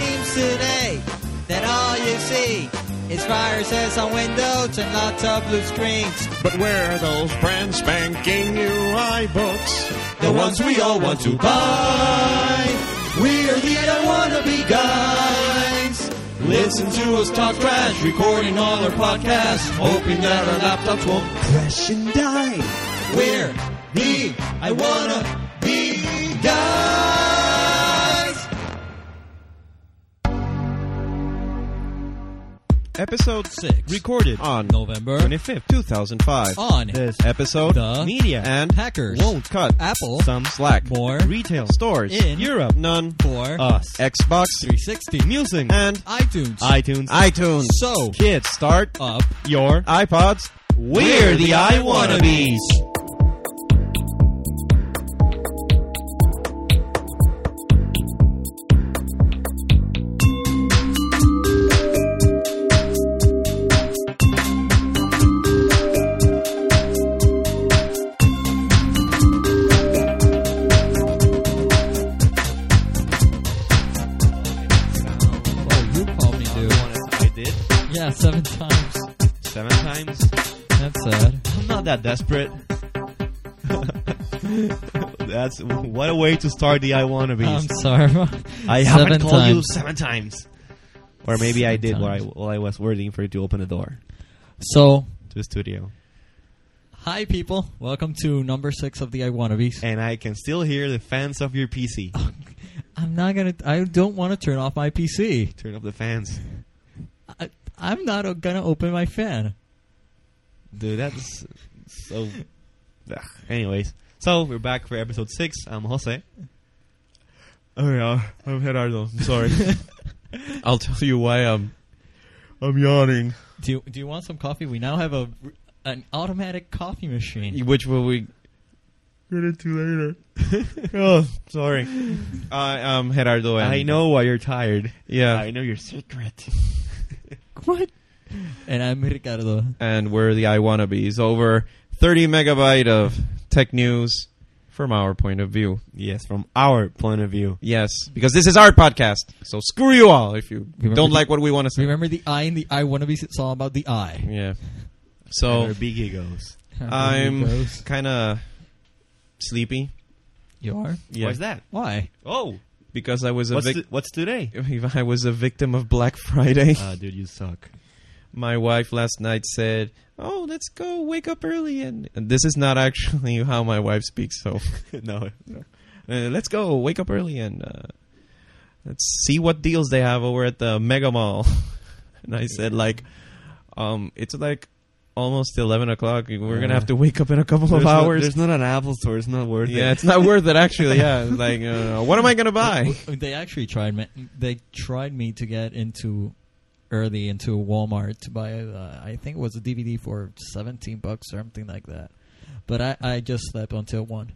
today that all you see is viruses on windows and lots of blue screens. But where are those brand spanking new iBooks? The ones we all want to buy. We're the don't wanna be guys. Listen to us talk trash, recording all our podcasts, hoping that our laptops won't crash and die. We're the I wanna be guys. Episode Six. Recorded on November 25th, 2005. On this episode, the media and hackers won't cut Apple some slack. more retail stores in Europe. None for us. Xbox 360 music and iTunes. iTunes. iTunes. so Kids, start up. your iPods. We're the I Wanna Bees. Oh, you called me, dude. I did Yeah, seven times. seven times. That's sad. I'm not that desperate. That's what a way to start the I wanna bees. I'm sorry. Seven I haven't called you times. Um, seven times. Or maybe I did Seven while I, times. while I was waiting for you to open the door So, to the studio. hi people. Welcome to number six of the I Wannabes. And I can still hear the fans of your PC. I'm not gonna. I don't want to turn off my PC. Turn up the fans. I, I'm not o- gonna open my fan. Dude, that's so. Ugh. Anyways, so we're back for episode six. I'm Jose. Oh yeah, I'm Gerardo. I'm sorry. I'll tell you why I'm I'm yawning. Do you, Do you want some coffee? We now have a an automatic coffee machine. Which will we get into later? oh, sorry. I am Gerardo. I know why you're tired. Yeah, I know your secret. What? And I'm Ricardo. and we're the I wannabes over 30 megabyte of tech news from our point of view. Yes, from our point of view. Yes, because this is our podcast. So screw you all if you Remember- don't like what we want to say. Remember the I and the I Wannabes? It's all about the I. Yeah. So Our big egos. I'm kind of sleepy. You are. Yeah. What's that? Why? Oh, Because I was a what's, vic- to- what's today? I was a victim of Black Friday. Ah, dude, you suck. my wife last night said, "Oh, let's go wake up early." And, and this is not actually how my wife speaks. So no, no. Uh, let's go wake up early and uh, let's see what deals they have over at the Mega Mall. and I said, like, um, it's like almost eleven o'clock. We're gonna Yeah. have to wake up in a couple of no- hours. there's not an Apple store. It's not worth yeah, it. it's not worth it actually. Yeah, It's like, uh, what am I gonna buy? They actually tried me. They tried me to get into early into Walmart to buy. Uh, I think it was a DVD for seventeen bucks or something like that. But I, I just slept until one.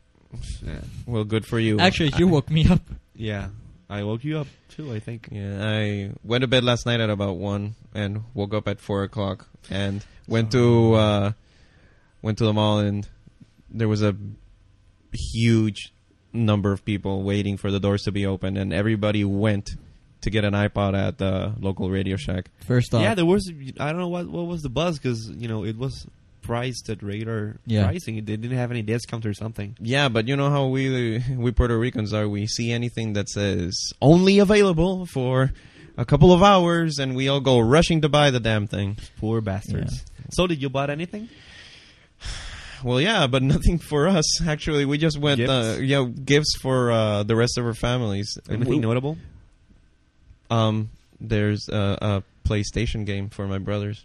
Yeah. Well, good for you. Actually, you woke me up. Yeah. I woke you up too. I think. Yeah, I went to bed last night at about one and woke up at four o'clock and went to uh, went to the mall and there was a huge number of people waiting for the doors to be open and everybody went to get an iPod at the local Radio Shack. First off, Yeah, there was. I don't know what what was the buzz because you know it was priced at radar Yeah. pricing. They didn't have any discount or something. Yeah, but you know how we we Puerto Ricans are. We see anything that says only available for a couple of hours and we all go rushing to buy the damn thing. Poor bastards. So did you buy anything? Well, yeah, but nothing for us. Actually, we just went. Gifts? Uh, yeah, gifts for uh, the rest of our families. Anything notable? um, there's a, a PlayStation game for my brothers,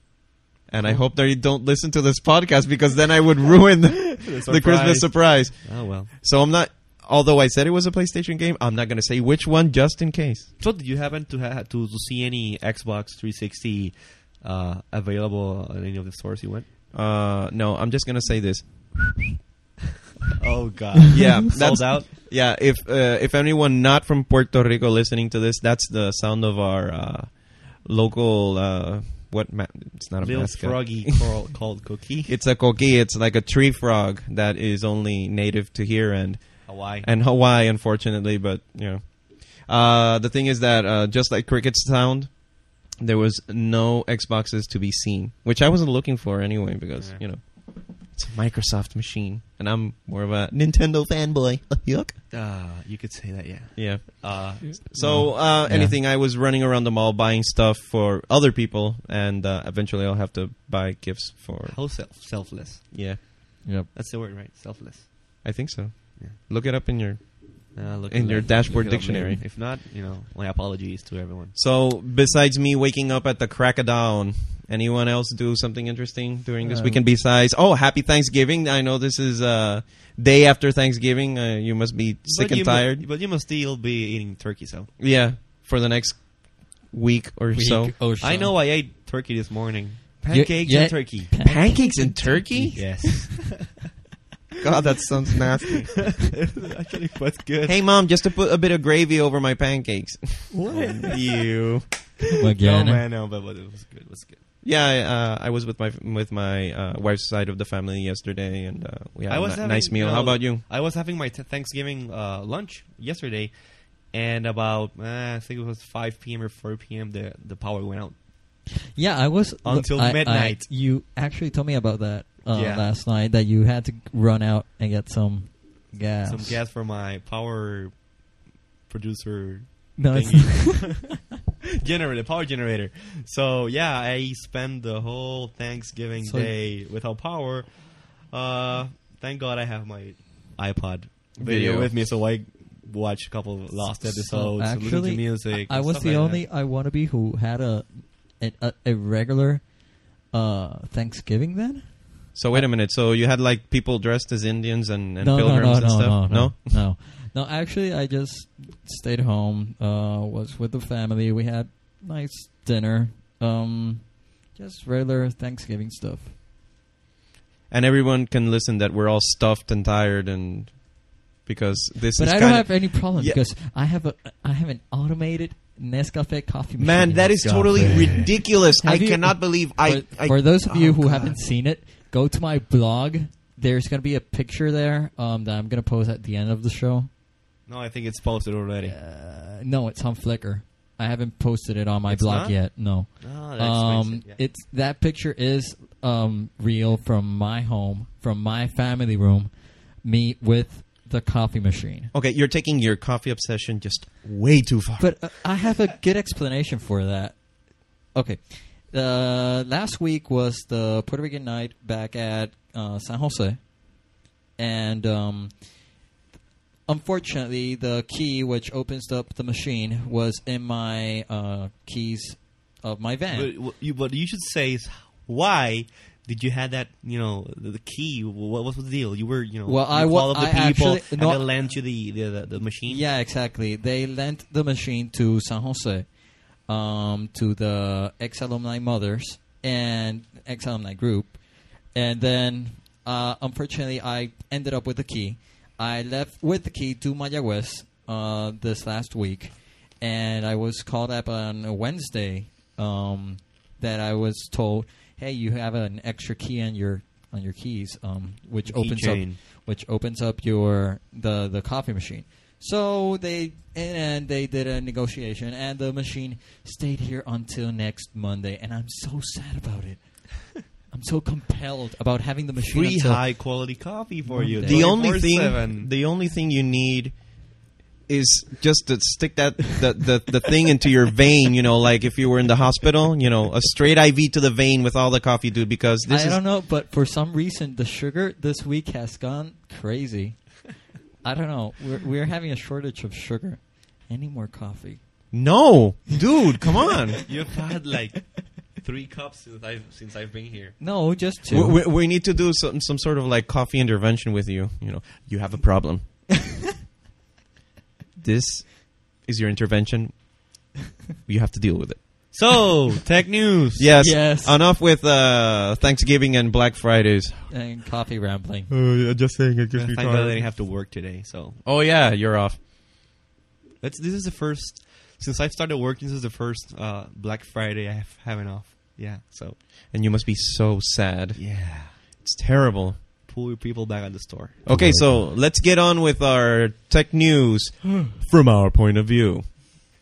and I Cool. hope they don't listen to this podcast because then I would ruin the, the Christmas surprise. Oh well. So I'm not. Although I said it was a PlayStation game, I'm not going to say which one just in case. So did you happen to ha- to see any Xbox 360 uh, available at any of the stores you went? Uh, no, I'm just going to say this. Oh god. Uh, Yeah, Sold that's- out. Yeah, if uh, if anyone not from Puerto Rico listening to this, that's the sound of our uh, local uh, what ma- it's not a Little mascot. froggy called, called Cookie. It's a koki. It's like a tree frog that is only native to here and Hawaii. and Hawaii, unfortunately. But you know, Uh, the thing is that uh, just like cricket sound, there was no Xboxes to be seen, which I wasn't looking for anyway because Yeah. you know it's a Microsoft machine, and I'm more of a Nintendo fanboy. Yuck. Uh, you could say that, yeah. Yeah. Uh, So uh, Yeah. anything, I was running around the mall buying stuff for other people, and uh, eventually I'll have to buy gifts for. how self- selfless? Yeah, Yep. That's the word, right? Selfless. I think so. Yeah. Look it up in your Uh, look In it your up- dashboard look it up dictionary. later. If not, you know, my apologies to everyone. So, besides me waking up at the crack of dawn, anyone else do something interesting during Uh, this Um, weekend besides? Oh, happy Thanksgiving! I know this is uh, day after Thanksgiving. Uh, you must be sick But and you mu- tired. but you must still be eating turkey, so. yeah, for the next week or so. Weak or so. I know I ate turkey this morning. You- Pancakes yeah, and turkey. Pancakes and turkey? Yes. God, that sounds nasty. Actually, it was good. hey, mom, just to put a bit of gravy over my pancakes. Oh, what? you. No, Again. man, no, but but it was good. It was good. Yeah, I, uh, I was with my with my uh, wife's side of the family yesterday, and uh, we had I a was ni- having, nice meal. you know, How about you? I was having my t- Thanksgiving uh, lunch yesterday, and about uh, I think it was 5 p.m. or 4 p.m. the the power went out. Yeah, I was Until I- I- midnight. you actually told me about that uh, Yeah. last night that you had to run out and get some gas. Some gas for my power producer No, it's thingy. generator, power generator. So yeah, I spent the whole Thanksgiving So- day without power. Uh, thank God I have my iPod video, Video. with me, so I watched a couple of lost So episodes, listen actually, to music. I and was stuff the like only that. I want to be who had a a, a, a regular uh, Thanksgiving then. So wait a minute. So you had like people dressed as Indians and, and no, no, pilgrims no, and no, stuff? no, no, no, no. Actually, I just stayed home. Uh, was with the family. We had nice dinner. Um, just regular Thanksgiving stuff. And everyone can listen that we're all stuffed and tired and because this But I is don't kind of have any problem Yeah. because I have a I have an automated Nescafe coffee machine. Man, that is totally Coffee. ridiculous. Have I you- cannot believe I, for, I for those of you oh, who God. haven't seen it, go to my blog. There's going to be a picture there um, that I'm going to post at the end of the show. No, I think it's posted already. Uh, no, it's on Flickr. I haven't posted it on my It's blog not? yet. No, Oh, Ah, that explains um, it, yeah. it's that picture is um, real from my home, from my family room, me with the coffee machine. Okay, you're taking your coffee obsession just way too far. But uh, I have a good explanation for that. Okay. Uh, last week was the Puerto Rican night back at uh, San Jose. And um, unfortunately, the key which opens up the machine was in my uh, keys of my van. But what you, what you should say is why did you have that? You know, the, the key. What, what was the deal? You were, you know, Well, you I wa- followed the I people actually- and no- they lent you the the, the, the machine. Yeah, exactly. They lent the machine to San Jose, um, to the ex alumni mothers and ex alumni group, and then uh, unfortunately I ended up with the key. I left with the key to Mayagüez uh, this last week, and I was called up on a Wednesday um, that I was told, "Hey, you have an extra key on your on your keys, um, which Key opens up." chain. which opens up your the the coffee machine. So they and they did a negotiation, and the machine stayed here until next Monday. And I'm so sad about it. I'm so compelled about having the machine. free until- high quality coffee for you. The the only thing 24/7. the only thing you need is just to stick that the, the, the thing into your vein, you know, like if you were in the hospital, you know, a straight IV to the vein with all the coffee dude because this I is don't know, but for some reason, the sugar this week has gone crazy. I don't know. We're we're having a shortage of sugar. Any more coffee? No. Dude, come on. You've had like three cups since I've since I've been here. No, just two. we, we, we need to do some some sort of like coffee intervention with you, you know. You have a problem. this is your intervention. You have to deal with it. So tech news. Yes. Yes. Enough with uh, Thanksgiving and Black Fridays. and coffee rambling. Uh, just saying it gives Thank God I didn't have to work today. So Oh yeah, you're off. that's this is the first since I've started working. This is the first uh, Black Friday I have having off. Yeah. So And you must be so sad. yeah, It's terrible. pull your people back at the store. Okay, so let's get on with our tech news from our point of view.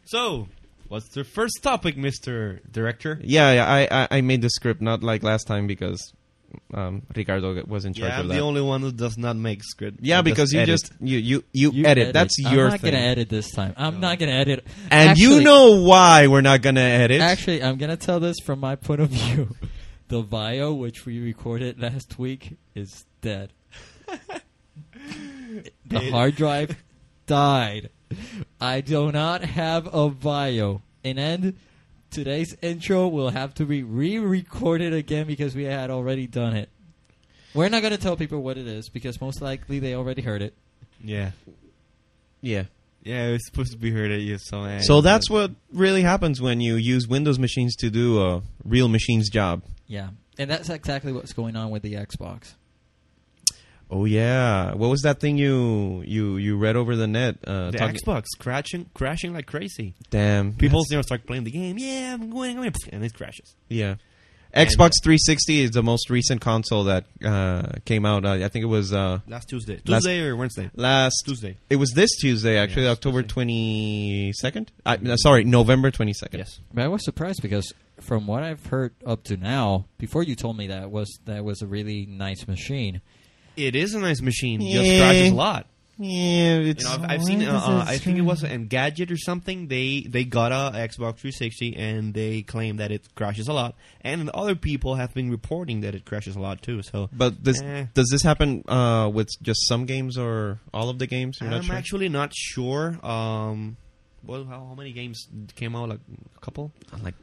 So, what's the first topic, Mister Director? Yeah, yeah I, I I made the script not like last time because um, Ricardo was in charge Yeah, of I'm that. the only one who does not make script. yeah, I because you edit. just you you you, edit. That's your I'm not thing. gonna edit this time. I'm not gonna edit. And you Actually- know why we're not gonna edit? Actually, I'm gonna tell this from my point of view. The bio which we recorded last week is dead. the hard drive died. I do not have a bio. In end, today's intro will have to be re-recorded again because we had already done it. We're not gonna tell people what it is because most likely they already heard it. yeah, yeah. yeah. It's supposed to be heard at you, so eh. I- So that's what really happens when you use Windows machines to do a real machine's job. Yeah, and that's exactly what's going on with the Xbox. Oh yeah, what was that thing you you you read over the net? Uh, the talking- Xbox crashing, crashing like crazy. Damn, People that's- you know start playing the game. Yeah, I'm going, I'm going, and it crashes. yeah. Xbox 360 is the most recent console that uh, came out. Uh, I think it was uh, Last Tuesday, Tuesday Last- or Wednesday. last. Tuesday. It was this Tuesday, actually, Yes, October Tuesday. twenty second. I no, sorry, November twenty second. Yes. But I was surprised because from what I've heard up to now, before you told me that was that was a really nice machine. It is a nice machine. It Yeah. Just crashes a lot. Yeah, it's. You know, I've, I've seen. Uh, uh, I think it was Engadget or something. They they got a Xbox 360 and they claim that it crashes a lot. And other people have been reporting that it crashes a lot too. So But this, Eh. does this happen uh, with just some games or all of the games? You're I'm not sure. actually not sure. Um, well, how, how many games came out? Like a couple. Uh, like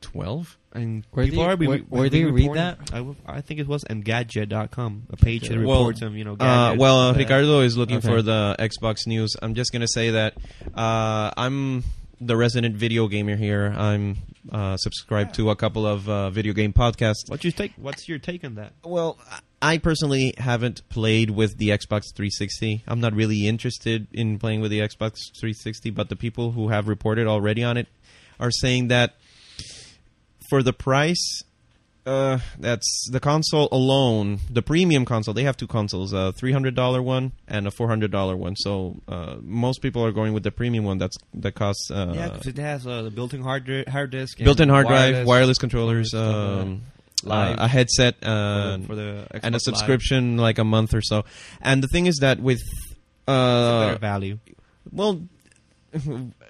twelve. And Where do people you- are. be- where- have where do been you read reporting- that? I, w- I think it was Engadget.com, a page that Well, reports on you know. Uh, gadgets, well, uh, uh, Ricardo is looking Okay. for the Xbox news. I'm just gonna say that uh, I'm the resident video gamer here. I'm uh, subscribed to a couple of uh, video game podcasts. What's your take? What's your take on that? Well, I personally haven't played with the Xbox 360. I'm not really interested in playing with the Xbox 360, but the people who have reported already on it are saying that for the price, uh, that's the console alone, the premium console. They have two consoles, a $300 one and a $400 one. So uh, most people are going with the premium one. That's that costs uh, yeah, because it has uh, the built-in hard, dri- hard disk, and built-in hard drive, wireless. wireless controllers, stuff like that. um, uh, Live. a headset, for uh, the- for the and a Xbox Live. subscription like a month or so. And the thing is that with It's a uh better value. well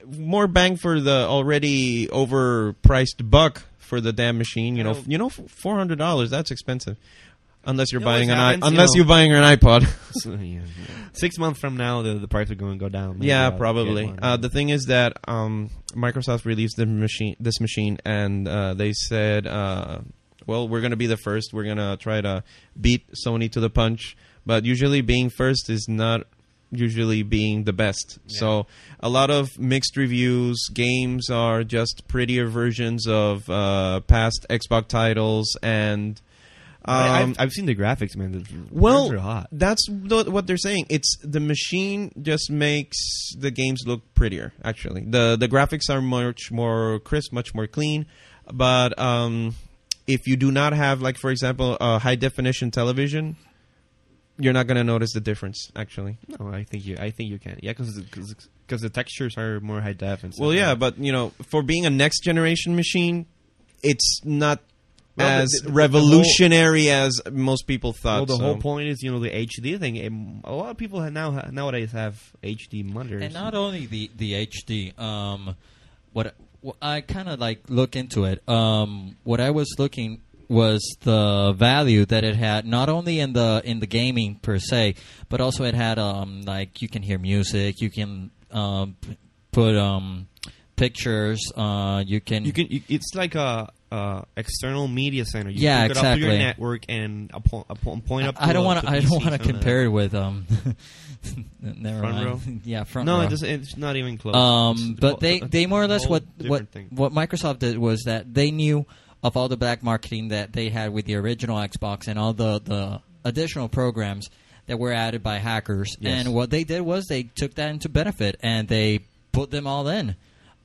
more bang for the already overpriced buck for the damn machine, you know. Oh. You know $400, that's expensive. Unless you're It always buying an happens, I- you unless know. you're buying an iPod. So, yeah. Six months from now, the, the price are going to go down. Maybe yeah, I'll get probably. one. Uh, the thing is that um, Microsoft released the machine, this machine, and uh, they said, uh, "Well, we're going to be the first. We're going to try to beat Sony to the punch." But usually, being first is not usually being the best. So, a lot of mixed reviews. Games are just prettier versions of uh, past Xbox titles, and I- um, I've, I've seen the graphics, man. The the well, graphics are hot. that's th- what they're saying. It's the machine just makes the games look prettier. Actually, the the graphics are much more crisp, much more clean. But um, if you do not have, like for example, a high definition television, you're not going to notice the difference. Actually, No, I think you. I think you can. Yeah, because the textures are more high def. And stuff well, yeah, like that. but you know, for being a next generation machine, it's not Well, the- as the- the- the whole- revolutionary as most people Well, thought. the so- whole point is, you know, the HD thing. Um, A lot of people have now nowadays have HD monitors. And not only the the HD. Um, what what I kind of like look into it. Um, what I was looking was the value that it had not only in the in the gaming per se, but also it had um like you can hear music, you can um p- put um pictures, uh you can you can. You, it's like a. Uh, external media center. You Yeah, hook it Up to exactly. your network and a po- a po- point up. uh, I, I don't want want to. I don't want to compare it with um. never Front mind. row? yeah, front no, row. it doesn't, it's not even close. Um, It's- but they, it's they more or a less whole what what different thing. what Microsoft did was that they knew of all the black marketing that they had with the original Xbox and all the the additional programs that were added by hackers. Yes. And what they did was they took that into benefit and they put them all in.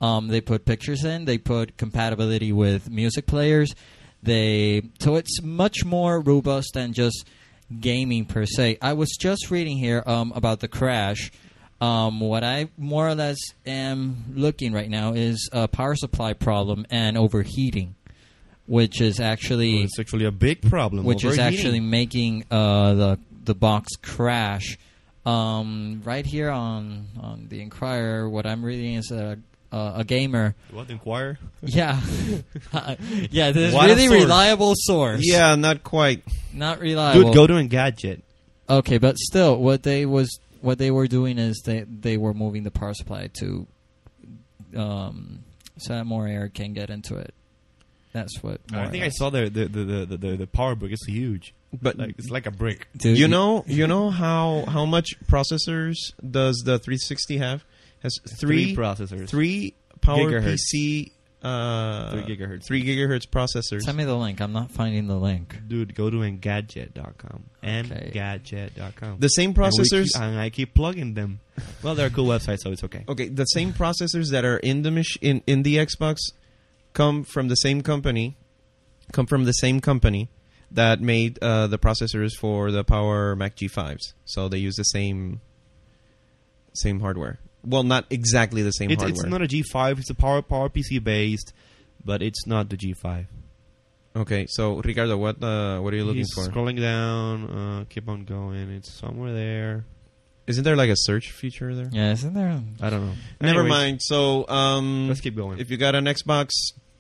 Um, they put pictures in. They put compatibility with music players. They so it's much more robust than just gaming per se. I was just reading here um, about the crash. Um, what I more or less am looking right now is a power supply problem and overheating, which is actually it's actually a big problem. which is overheating. actually making uh, the the box crash. Um, right here on on the Inquirer, what I'm reading is a a, a gamer. what inquire? Yeah, yeah. This What a really source. reliable source. Yeah, not quite. not Dude, reliable. go to Engadget. Okay, but still, what they was what they were doing is they they were moving the power supply to, um, so that more air can get into it. That's what. I more think or I less. saw the the the the, the, the power brick. It's huge. But Like it's like a brick. Dude, you know, you know how how much processors does the 360 have? Has three processors. three power Gigahertz. PC uh, Three gigahertz. three gigahertz processors. send me the link. I'm not finding the link. Dude, go to Engadget.com. Okay. Engadget.com. The same And, processors. we keep- and I keep plugging them. Well, they're a cool website, so it's okay. Okay, the same processors that are in the mach- in in the Xbox come from the same company, come from the same company that made uh, the processors for the Power Mac G5s. So they use the same same hardware. Well, not exactly the same It's, hardware. it's not a G5. It's a Power Power PC based, but it's not the G5. okay, so Ricardo, what uh, what are you looking He's for? Scrolling down. Uh, keep on going. It's somewhere there. Isn't there like a search feature there? Yeah, isn't there? I don't know. Never Anyways, mind. So um, Let's keep going. if you got an Xbox,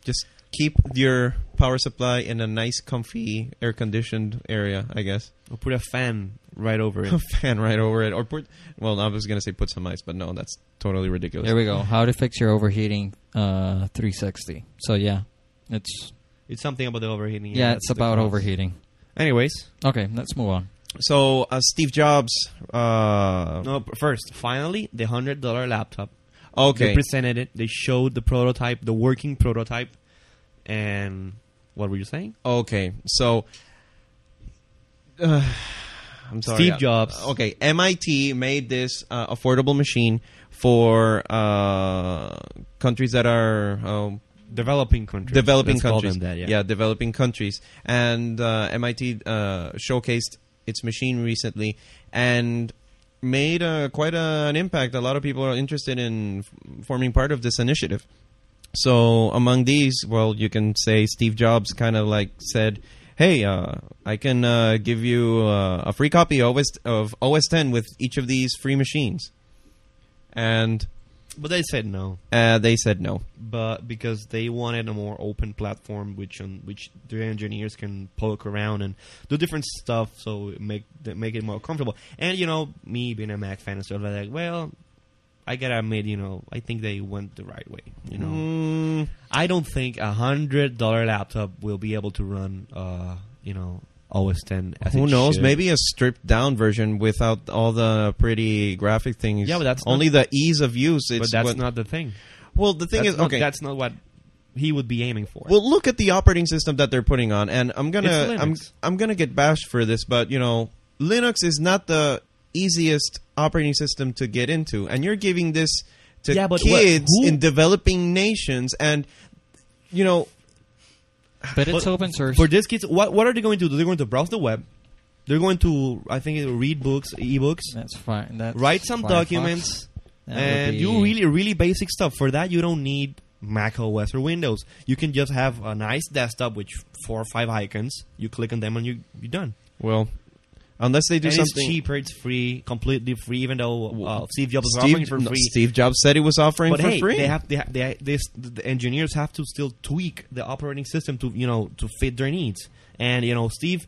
just keep your power supply in a nice, comfy, air conditioned area, I guess. I'll put a fan right over it. A fan right over it, or put. Well, I was gonna say put some ice, but no, that's totally ridiculous. There we go. How to fix your overheating uh, 360. So yeah, it's it's something about the overheating. yeah, that's it's the about cause. overheating. Anyways, Okay, let's move on. So uh, Steve Jobs. Uh, no. p- First, finally, the hundred dollar laptop. They okay. presented it. They showed the prototype, the working prototype, and what were you saying? Okay. So. uh, I'm sorry. Steve Jobs. Okay, MIT made this uh, affordable machine for uh, countries that are um, Developing countries. developing Let's call countries. them that, yeah. developing countries. And uh, MIT uh, showcased its machine recently and made uh quite a, an impact. A lot of people are interested in f- forming part of this initiative. So among these, well, you can say Steve Jobs kind of like said, "Hey, uh, I can uh, give you uh, a free copy of OS, of OS 10 with each of these free machines," and But they said no, uh, they said no. but because they wanted a more open platform, which on which their engineers can poke around and do different stuff, so it make that make it more comfortable. And you know, me being a Mac fan and stuff like that, well, I gotta admit, you know, I think they went the right way. You know, Mm, I don't think a hundred dollar laptop will be able to run, uh, you know, OS ten. As Who it knows? should. Maybe a stripped down version without all the pretty graphic things. Yeah, but that's only the ease of use. It's but that's what- not the thing. Well, the thing That's is, not- okay. that's not what he would be aiming for. well, look at the operating system that they're putting on, and I'm gonna It's Linux. I'm I'm gonna get bashed for this, but you know, Linux is not the easiest operating system to get into, and you're giving this to Yeah, but what- kids who- in developing nations, and you know, But it's But open source. for these kids, what what are they going to do? They're going to browse the web. They're going to, I think, read books, ebooks, That's fine. That's write some Firefox. documents, That would and be- do really, really basic stuff. For that, you don't need Mac OS or Windows. You can just have a nice desktop with four or five icons. You click on them, and you you're done. well, unless they do And it's something. cheaper. It's free, completely free. Even though uh, Steve Jobs was offering Steve, it for no, free. Steve Jobs said he was offering but for hey, free. they have they, ha- they ha- this the engineers have to still tweak the operating system to you know to fit their needs. And you know, Steve,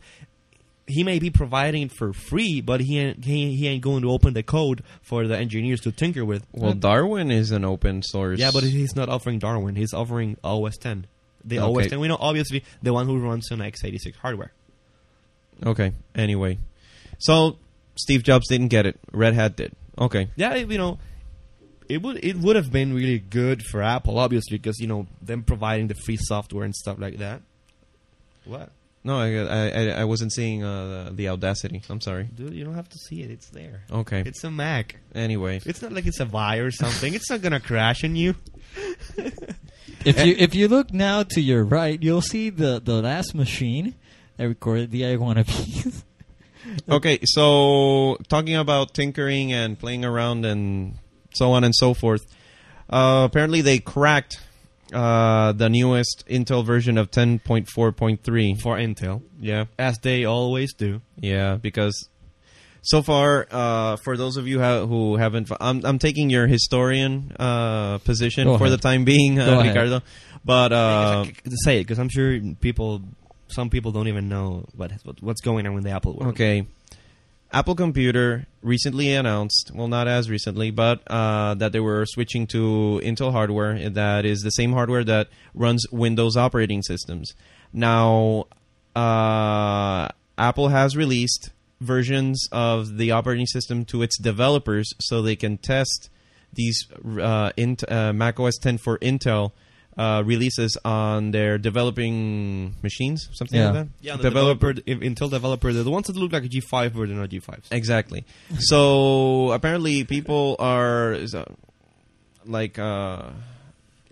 he may be providing it for free, but he ain't, he, he ain't going to open the code for the engineers to tinker with. Well, Darwin is an open source. Yeah, but he's not offering Darwin. He's offering OS 10. The OS Okay. 10 we know, obviously, the one who runs on x86 hardware. okay. Anyway, so Steve Jobs didn't get it. Red Hat did. Okay. yeah, it- you know, it would it would have been really good for Apple, obviously, because you know them providing the free software and stuff like that. What, No, I I, I- I wasn't seeing uh, the, the audacity. I'm sorry. dude? You don't have to see it; it's there. Okay. It's a Mac. anyway, It's not like it's a Vi or something. it's not gonna crash on you. If you if you look now to your right, you'll see the the last machine that recorded the I wanna be. okay, so talking about tinkering and playing around and so on and so forth. Uh, apparently, they cracked uh, the newest Intel version of 10.4.3. for Intel, Yeah, as they always do. yeah, because so far, uh, for those of you ha- who haven't, fo- I'm, I'm taking your historian uh, position Go for ahead. the time being, Go uh, ahead. Ricardo. But uh, Say it because I'm sure people, some people don't even know what, what what's going on with the Apple world. Okay. Apple Computer recently announced, well, not as recently, but uh, that they were switching to Intel hardware that is the same hardware that runs Windows operating systems. Now, uh, Apple has released versions of the operating system to its developers so they can test these uh, int- uh, Mac OS 10 for Intel uh, releases on their developing machines, something Yeah. like that? Yeah, the developer, if- Intel developer, the ones that look like a G5, but they're not G5s. Exactly. So apparently, people are is, uh, like uh,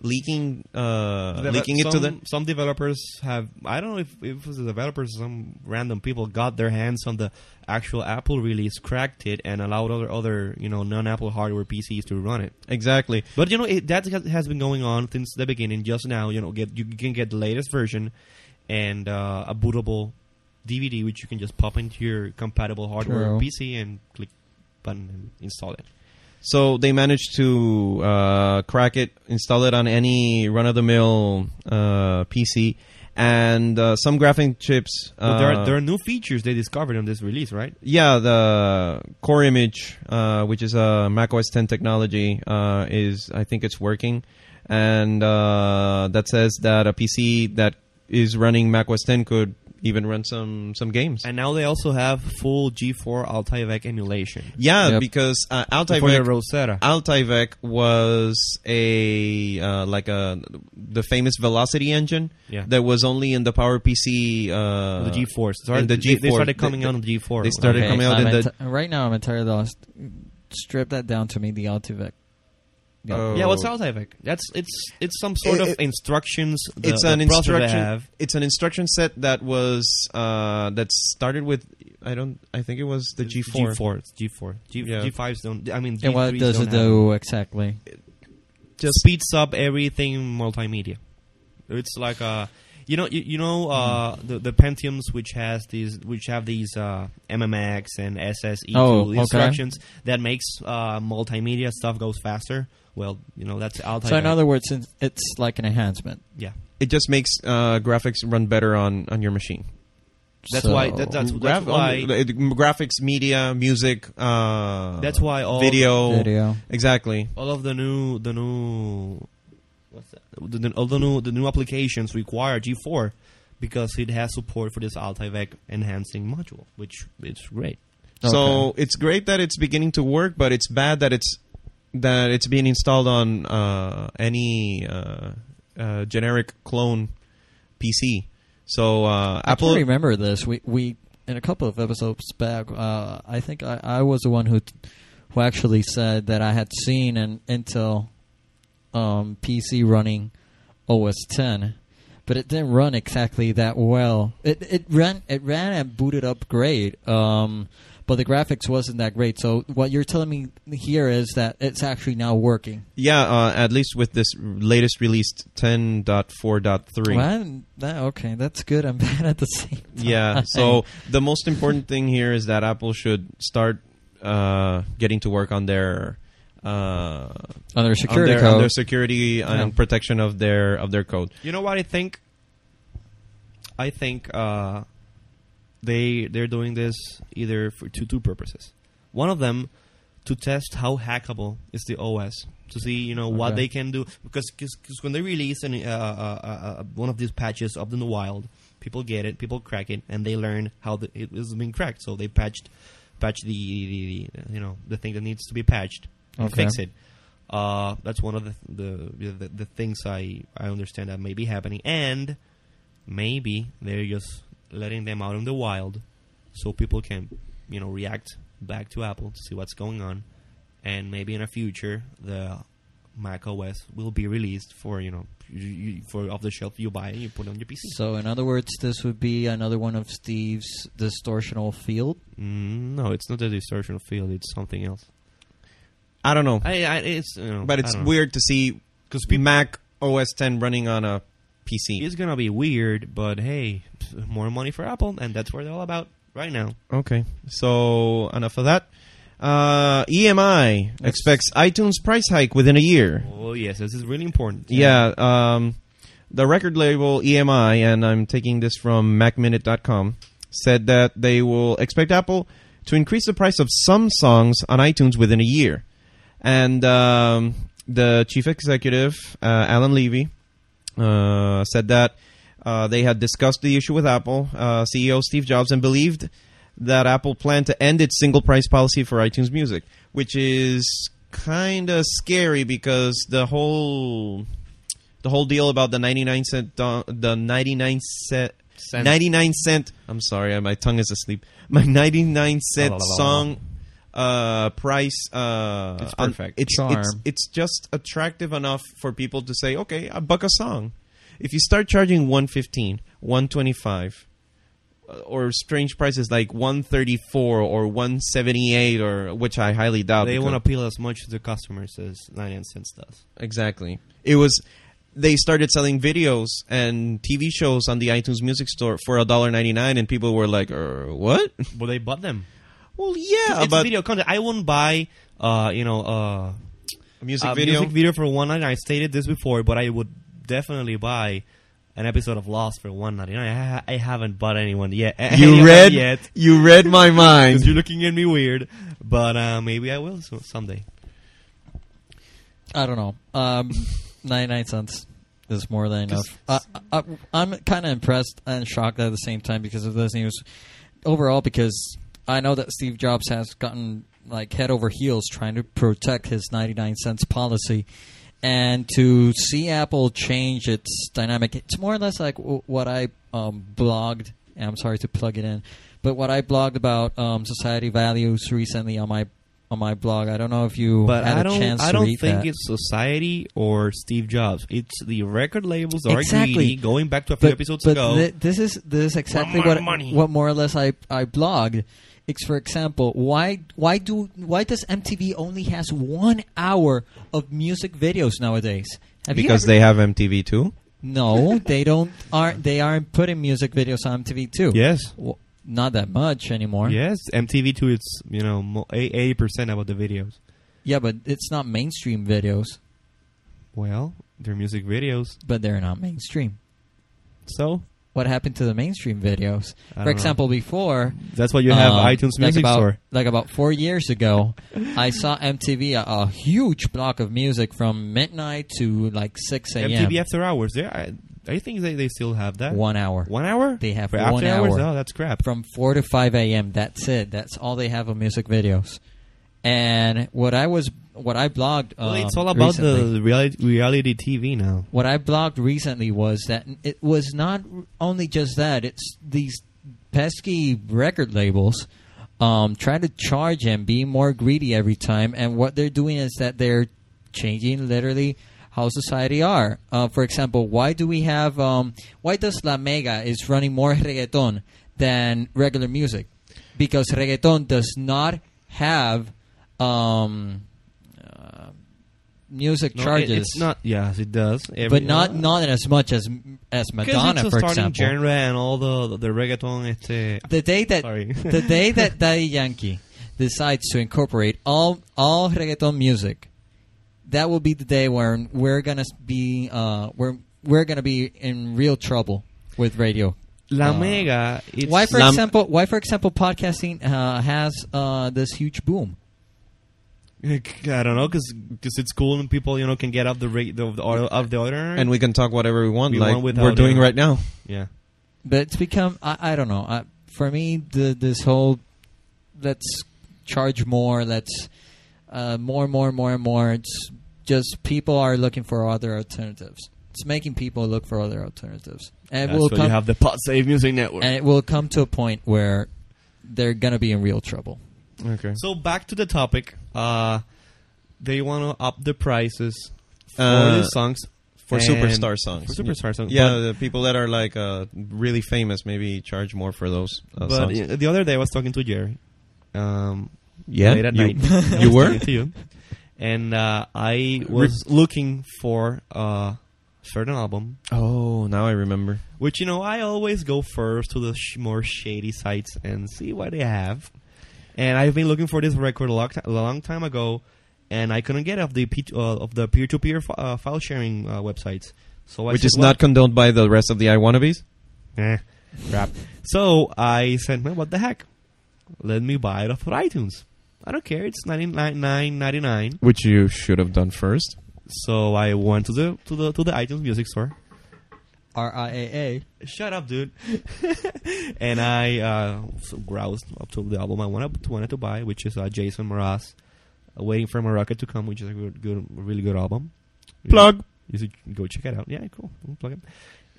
leaking, uh, Deve- leaking it to some- them. Some developers have. I don't know if, if it was the developers, or some random people got their hands on the actual Apple release, cracked it, and allowed other other you know non Apple hardware PCs to run it. Exactly. But you know it, that has- has been going on since the beginning. Just now, you know, get you can get the latest version and uh, a bootable DVD, which you can just pop into your compatible hardware True. PC and click button and install it. So they managed to uh, crack it, install it on any run-of-the-mill uh, PC, and uh, some graphic chips. Uh, But there are there are new features they discovered on this release, right? yeah, the Core Image, uh, which is a Mac OS 10 technology, uh, is I think it's working, and uh, that says that a PC that is running Mac OS 10 could even run some some games. And now they also have full G4 Altivec emulation. yeah, Yep. because uh, for the Altivec Rosetta. Altivec was a uh, like a the famous Velocity engine Yeah. that was only in the PowerPC. Uh, the G4. and the they- They G4. started coming They- out on the G4. they started Okay, coming out I'm in the- enti- right now. I'm entirely lost. Strip that down to me. The Altivec. Yeah. Oh. Yeah, what's Altivec? That's it's it's some sort It- of it- instructions. the- it's the an processor they instruction. have. It's an instruction set that was uh, that started with I don't I think it was the G four. G4. It's G4. G, Yeah. G5s don't. I mean, G3s and what does don't it have do exactly? Just speeds up everything multimedia. It's like uh you know you, you know uh Mm-hmm. the, the Pentiums which has these which have these uh MMX and SSE Oh, okay. instructions that makes uh multimedia stuff goes faster. Well, you know that's Altai. So in other words, it's- it's like an enhancement. yeah. it just makes uh, graphics run better on on your machine. That's So- why that, that's that's Graph- why on- uh, graphics, media, music. Uh, that's why all video. video. Exactly. all of the new the new what's that? The, the, all the new the new applications require G4 because it has support for this Altivec enhancing module, which it's great. So it's great that it's beginning to work, but it's bad that it's that it's being installed on uh, any uh, uh, generic clone PC. So uh, I Apple can't remember this. We we in a couple of episodes back, uh, I think I, I was the one who t- who actually said that I had seen an Intel um, PC running OS 10, but it didn't run exactly that well. It it ran it ran and booted up great. Um, but the graphics wasn't that great. So what you're telling me here is that it's actually now working. Yeah, uh, at least with this latest released 10.4.3. Well, I didn't- that, okay, that's good and bad at the same time. Yeah, so the most important thing here is that Apple should start uh, getting to work on their uh, under on security their, code. on their security Yeah. and protection of their of their code. You know what I think? I think uh, they they're doing this either for two two purposes. One of them to test how hackable is the OS to see you know what Okay. they can do because cause, 'cause when they release an, uh, uh, uh, uh, one of these patches up in the wild, people get it, people crack it, and they learn how the, it has been cracked. So they patched patch the, the, the you know the thing that needs to be patched and Okay. fix it. Uh, that's one of the the, the the things I I understand that may be happening, and maybe they're just letting them out in the wild, so people can you know react back to Apple to see what's going on, and maybe in the future the Mac OS will be released for you know you- you, for off the shelf. You buy it, you put it on your PC. So, in other words, this would be another one of Steve's distortional field. Mm, no, it's not a distortion of field. It's something else. I don't know, I, I it's you know, but I it's don't know. weird to see Mac OS 10 running on a PC. It's gonna be weird, but hey, pff, more money for Apple, and that's what they're all about right now. Okay, so enough of that. Uh, EMI expects iTunes price hike within a year. Oh yes, this is really important. Yeah, um, the record label EMI, and I'm taking this from MacMinute.com, said that they will expect Apple to increase the price of some songs on iTunes within a year. And um, the chief executive, uh, Alan Levy, uh, said that uh, they had discussed the issue with Apple, uh, CEO Steve Jobs, and believed that Apple planned to end its single price policy for iTunes Music, which is kind of scary because the whole the whole deal about the 99 cent do- the 99 cent Cent. 99 cent I'm sorry my tongue is asleep my 99 cent La, la, la, la, la. song uh price uh It's on- perfect. it's, Charm. it's it's just attractive enough for people to say okay I buck a song if you start charging 115 125 uh, or strange prices like 134 or 178 or which i highly doubt they because- want to appeal as much to the customers as 99 cents does. Exactly. It was they started selling videos and TV shows on the iTunes Music Store for $1.99 and people were like, er, "What?" But they bought them. Well, yeah, it's but video content. I won't buy, uh, you know, uh, a music a video. music video for one ninety nine. I stated this before, but I would definitely buy an episode of Lost for one ninety nine. I, ha- I haven't bought anyone yet. any of you them read yet? you read my 'cause mind. you're looking at me weird, but uh, maybe I will so- someday. I don't know. Um, 99 cents is more than enough. I, I, I'm kind of impressed and shocked at the same time because of this news overall. Because I know that Steve Jobs has gotten like head over heels trying to protect his 99 cents policy, and to see Apple change its dynamic, it's more or less like w- what I um, blogged. And I'm sorry to plug it in, but what I blogged about um, society values recently on my on my blog. I don't know if you But had I a don't. chance I to don't read think that. it's society or Steve Jobs. It's the record labels that Exactly. are greedy. Going back to a few episodes ago, thi- this is this is exactly what what more or less I I blogged. It's for example, why why do why does MTV only has one hour of music videos nowadays? Have you Because ever- they have MTV too. no, they don't aren't they aren't putting music videos on MTV too. yes, W- not that much anymore. yes, MTV too. It's you know eighty percent about the videos. yeah, but it's not mainstream videos, Well, their music videos. but they're not mainstream. So What happened to the mainstream videos? I don't For know. example, before that's why you have Um, iTunes like Music about, Store. Like about four years ago, I saw MTV a, a huge block of music from midnight to like six a.m. MTV After Hours. There, I, I think they, they still have that. One hour One hour? They have For one after hours? hour. No, that's crap. from four to five a.m. That's it. That's all they have of music videos. And what I was, what I blogged, um, Well, it's all about recently- the reality, reality TV now. what I blogged recently was that it was not only just that; it's these pesky record labels um, trying to charge and be more greedy every time. And what they're doing is that they're changing literally how society are. Uh, for example, why do we have? Um, why does La Mega is running more reggaeton than regular music? Because reggaeton does not have. Um, uh, music No, it- charges it's not. Yes, it does. Every- but not not as much as as Because Madonna, it's a for starting example. genre and all the the, the reggaeton. Este, the day that Sorry. the day that Daddy Yankee decides to incorporate all all reggaeton music, that will be the day when we're gonna be uh we're we're gonna be in real trouble with radio. La Uh, Mega. It's, why, for Lam- example, why for example, podcasting uh, has uh, this huge boom? I don't know, because it's cool and people you know can get up the rate of the order of the order. And we can talk whatever we want We like want without we're doing it. right now. yeah, But it's become I, I don't know. I, for me, the, this whole let's charge more, let's uh, more, more, more, more. It's just people are looking for other alternatives. It's making people look for other alternatives, and that's we'll why you come have the Pot Save Music Network. and it will come to a point where they're gonna be in real trouble. Okay. So back to the topic. Uh, they want to up the prices for Uh, the songs for and- superstar songs. for superstar songs. Yeah, the people that are like uh, really famous maybe charge more for those uh, but, but songs. the other day I was talking to Jerry. Um, yeah, late at you, night. I you was were. talking to you. And uh, I was looking for a certain album, Oh, now I remember. which you know I always go first to the sh- more shady sites and see what they have. And I've been looking for this record a long, ti- a long time ago, and I couldn't get it off the P- uh, of the peer-to-peer fi- uh, file sharing uh, websites. So I Which said, is "Well, not condoned by the rest of the I wannabes. Eh, crap. So I said, man, what the heck? Let me buy it off of iTunes. I don't care. It's ninety nine ninety nine. Which you should have done first. So I went to the to the to the iTunes music store. RIAA. Shut up, dude. and I uh, so browsed up to the album I wanted wanted to buy, which is uh, Jason Mraz, uh, "Waiting for Morocco to Come," which is a good, good really good album. Plug. You should go check it out. Yeah, cool. I'll plug it.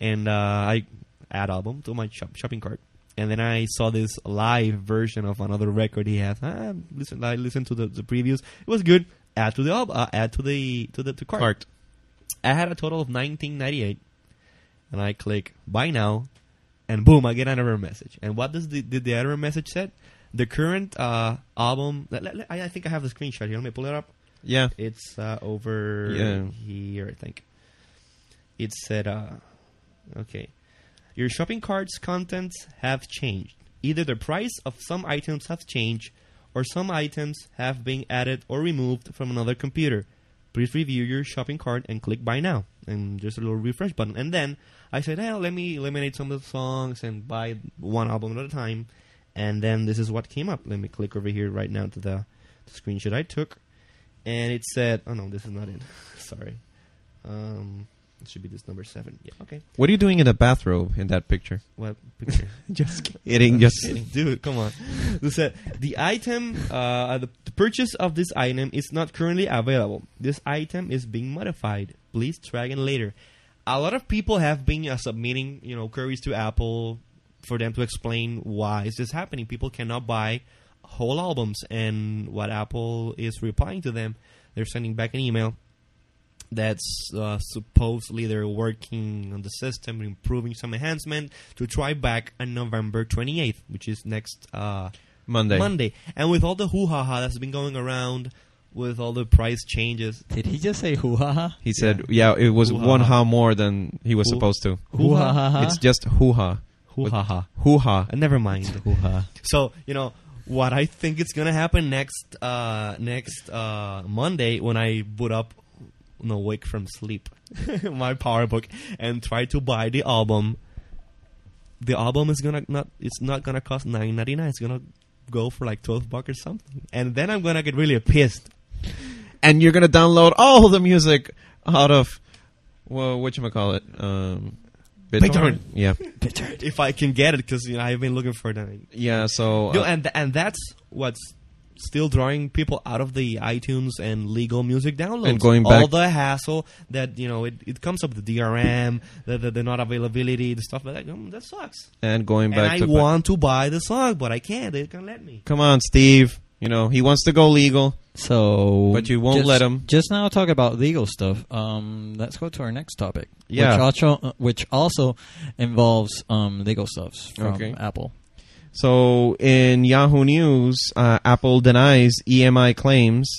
And uh, I add album to my shop, shopping cart. And then I saw this live version of another record he has. I listened, I listened to the, the previews. It was good. Add to the album. Uh, add to the to the to cart. Art. I had a total of 1998, and I click buy now, and boom, I get an error message. And what does the did the error message said? The current uh, album. Let, let- let- I I think I have the screenshot here. Let me pull it up. Yeah. It's uh, over Yeah. here, I think. It said, uh, okay. Your shopping cart's contents have changed. Either the price of some items have changed, or some items have been added or removed from another computer. Please review your shopping cart and click buy now. And just a little refresh button. And then I said, hey, let me eliminate some of the songs and buy one album at a time. And then this is what came up. Let me click over here right now to the, the screenshot I took and it said, "Oh no, this is not it. Sorry, um, it should be this number seven. Yeah, okay. What are you doing in a bathrobe in that picture? What picture? Just kidding. Just Dude, come on. It said the item, uh, the the purchase of this item is not currently available. This item is being modified. Please try again later. A lot of people have been uh, submitting, you know, queries to Apple for them to explain why is this happening. People cannot buy whole albums, and what Apple is replying to them, they're sending back an email that's uh, supposedly they're working on the system, improving some enhancement to try back on November 28th, which is next uh, Monday. Monday. And with all the hoo ha ha that's been going around, with all the price changes, Did he just say hoo ha ha? He said, "Yeah, it was Hoo-ha. one ha more than he was Hoo- supposed to. Hoo ha ha ha. It's just hoo ha, hoo ha ha. hoo ha." Uh, Never mind. hoo ha. So you know what I think is gonna happen next uh, next uh, Monday when I boot up no wake from sleep my power book and try to buy the album. The album is gonna not it's not gonna cost nine ninety nine. It's gonna go for like twelve bucks or something, and then I'm gonna get really pissed. And you're gonna download all the music out of well, what you call it? Um, BitTorrent. Yeah, If I can get it, because you know I've been looking for that. yeah. So uh, No, and and that's what's still drawing people out of the iTunes and legal music downloads. And going all back- the hassle that you know it, it comes up the DRM, the, the the not availability, the stuff like that. Mm, that sucks. and going And back I to want to buy the song, but I can't. They can't let me. come on, Steve. You know he wants to go legal. So, But you won't just, let 'em. Just now, talk about legal stuff. Um, let's go to our next topic. Yeah. which also, uh, which also involves um legal stuffs from Okay. Apple. So in Yahoo News, uh, Apple denies EMI claims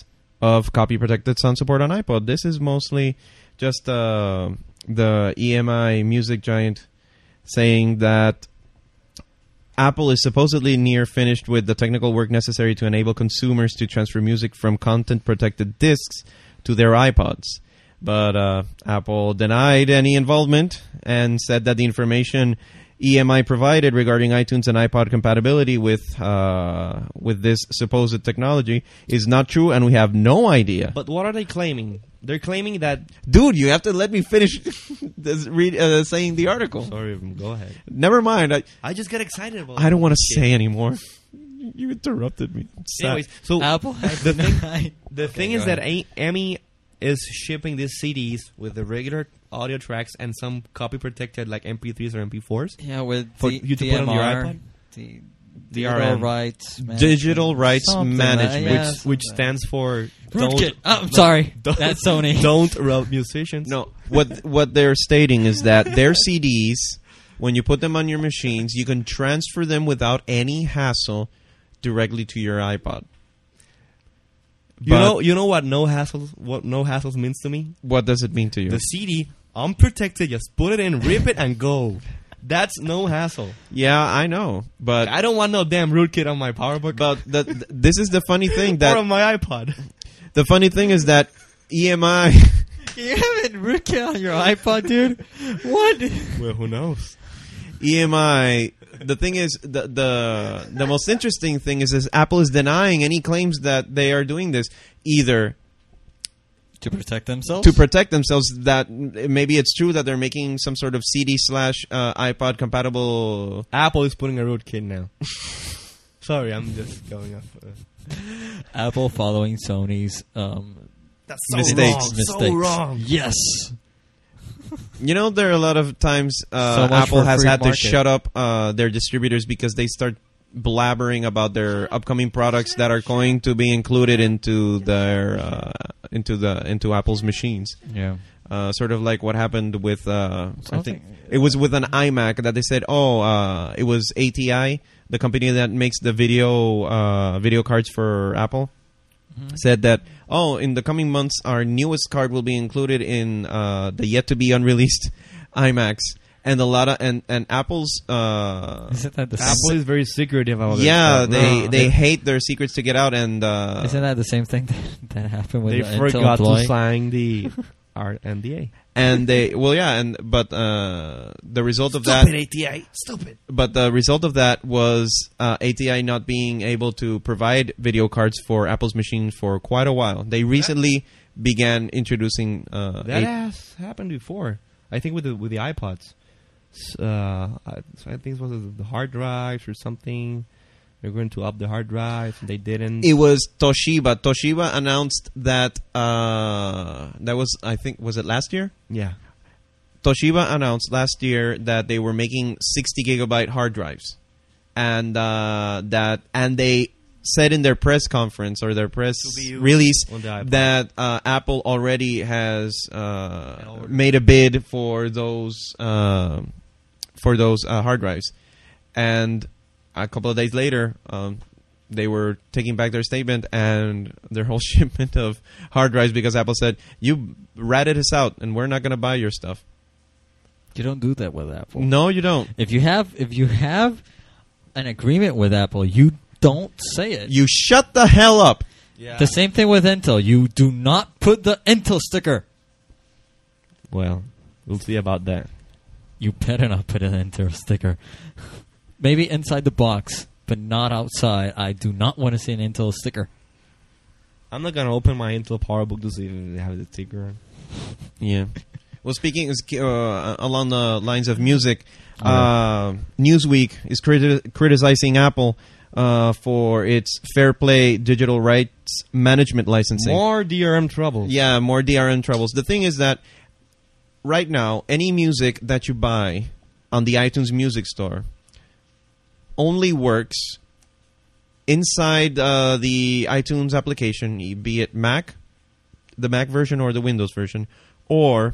of copy protected sound support on iPod. This is mostly just uh, the EMI music giant saying that Apple is supposedly near finished with the technical work necessary to enable consumers to transfer music from content protected discs to their iPods. But uh, Apple denied any involvement and said that the information EMI provided regarding iTunes and iPod compatibility with uh, with this supposed technology is not true, and we have no idea. But what are they claiming? They're claiming that. Dude, you have to let me finish this read, uh, saying the article. Sorry, go ahead. Never mind. I, I just get excited about. I don't want to shit. say anymore. You interrupted me. I'm sad. Anyways, so Uh, Apple has the thing- denied- The thing go is that A- Emmy is shipping these CDs with the regular audio tracks and some copy protected like MP3s or MP4s. yeah, with For D- you to put DMR, on your iPod? D- digital DRM, rights management. Digital rights Something like- management. yeah, which which something. stands for don't Rootkit. Oh, I'm sorry. don't- That's Sony. don't rob musicians. No, what what they're stating is that their CDs, when you put them on your machines, you can transfer them without any hassle directly to your iPod. you But- know you know what no hassles what no hassles means to me. What does it mean to you? The CD unprotected, just put it in, rip it, and go. That's no hassle. yeah, I know, but I don't want no damn rootkit on my PowerBook but the, th- this is the funny thing or on that my iPod. the funny thing is that E EMI. you haven't rootkit on your iPod, dude. What? Well, who knows? EMI. E The thing is, the the the most interesting thing is, is Apple is denying any claims that they are doing this either to protect themselves. to protect themselves. That maybe it's true that they're making some sort of CD slash uh, iPod compatible. Apple is putting a rootkit now. Sorry, I'm just going off. uh, Apple following Sony's um, That's Mistakes. mistakes. Yes. You know, there are a lot of times So uh, much Apple for has free had market. to shut up uh, their distributors because they start blabbering about their upcoming products that are going to be included into their uh, into the into Apple's machines. Yeah. uh, sort of like what happened with uh, I think Something- it was with an iMac that they said, oh, uh, it was ATI, the company that makes the video uh, video cards for Apple, Mm-hmm. said that oh, in the coming months, our newest card will be included in uh, the yet to be unreleased iMacs, and a lot of and and Apple's. Uh, Isn't that the Apple is very secretive about their yeah, stuff. Oh. they Uh, they it- hate their secrets to get out, and uh, same, isn't that the same thing that, that happened with they the Intel forgot employee? to sign the R NDA. and they well yeah, and but uh, the result of that ATI, stupid. but the result of that was uh, ATI not being able to provide video cards for Apple's machines for quite a while. They recently began introducing uh, That A- has happened before. I think with the with the iPods. S- Uh, I, so I think it was the hard drives or something. They're going to up the hard drives, and they didn't. it was Toshiba. Toshiba announced that uh, that was I think was it last year. yeah, Toshiba announced last year that they were making 60 gigabyte hard drives, and uh, that and they said in their press conference or their press To be used release on the iPod. that uh, Apple already has uh, ordered. made a bid for those um for those uh, hard drives, and a couple of days later. Um, they were taking back their statement and their whole shipment of hard drives because Apple said, "You ratted us out, and we're not going to buy your stuff." You don't do that with Apple. No, you don't. If you have if you have an agreement with Apple, you don't say it. You shut the hell up. yeah. the same thing with Intel. You do not put the Intel sticker. well, we'll see about that. You better not put an Intel sticker. Maybe inside the box, but not outside. I do not want to see an Intel sticker. I'm not gonna open my Intel PowerBook to see if they have the sticker. on. Yeah. Well, speaking is, uh, along the lines of music, uh, Newsweek is criti- criticizing Apple uh, for its fair play digital rights management licensing. More DRM trouble. Yeah, more DRM troubles. The thing is that right now, any music that you buy on the iTunes Music Store only works inside uh, the iTunes application, e- be it Mac, the Mac version or the Windows version, or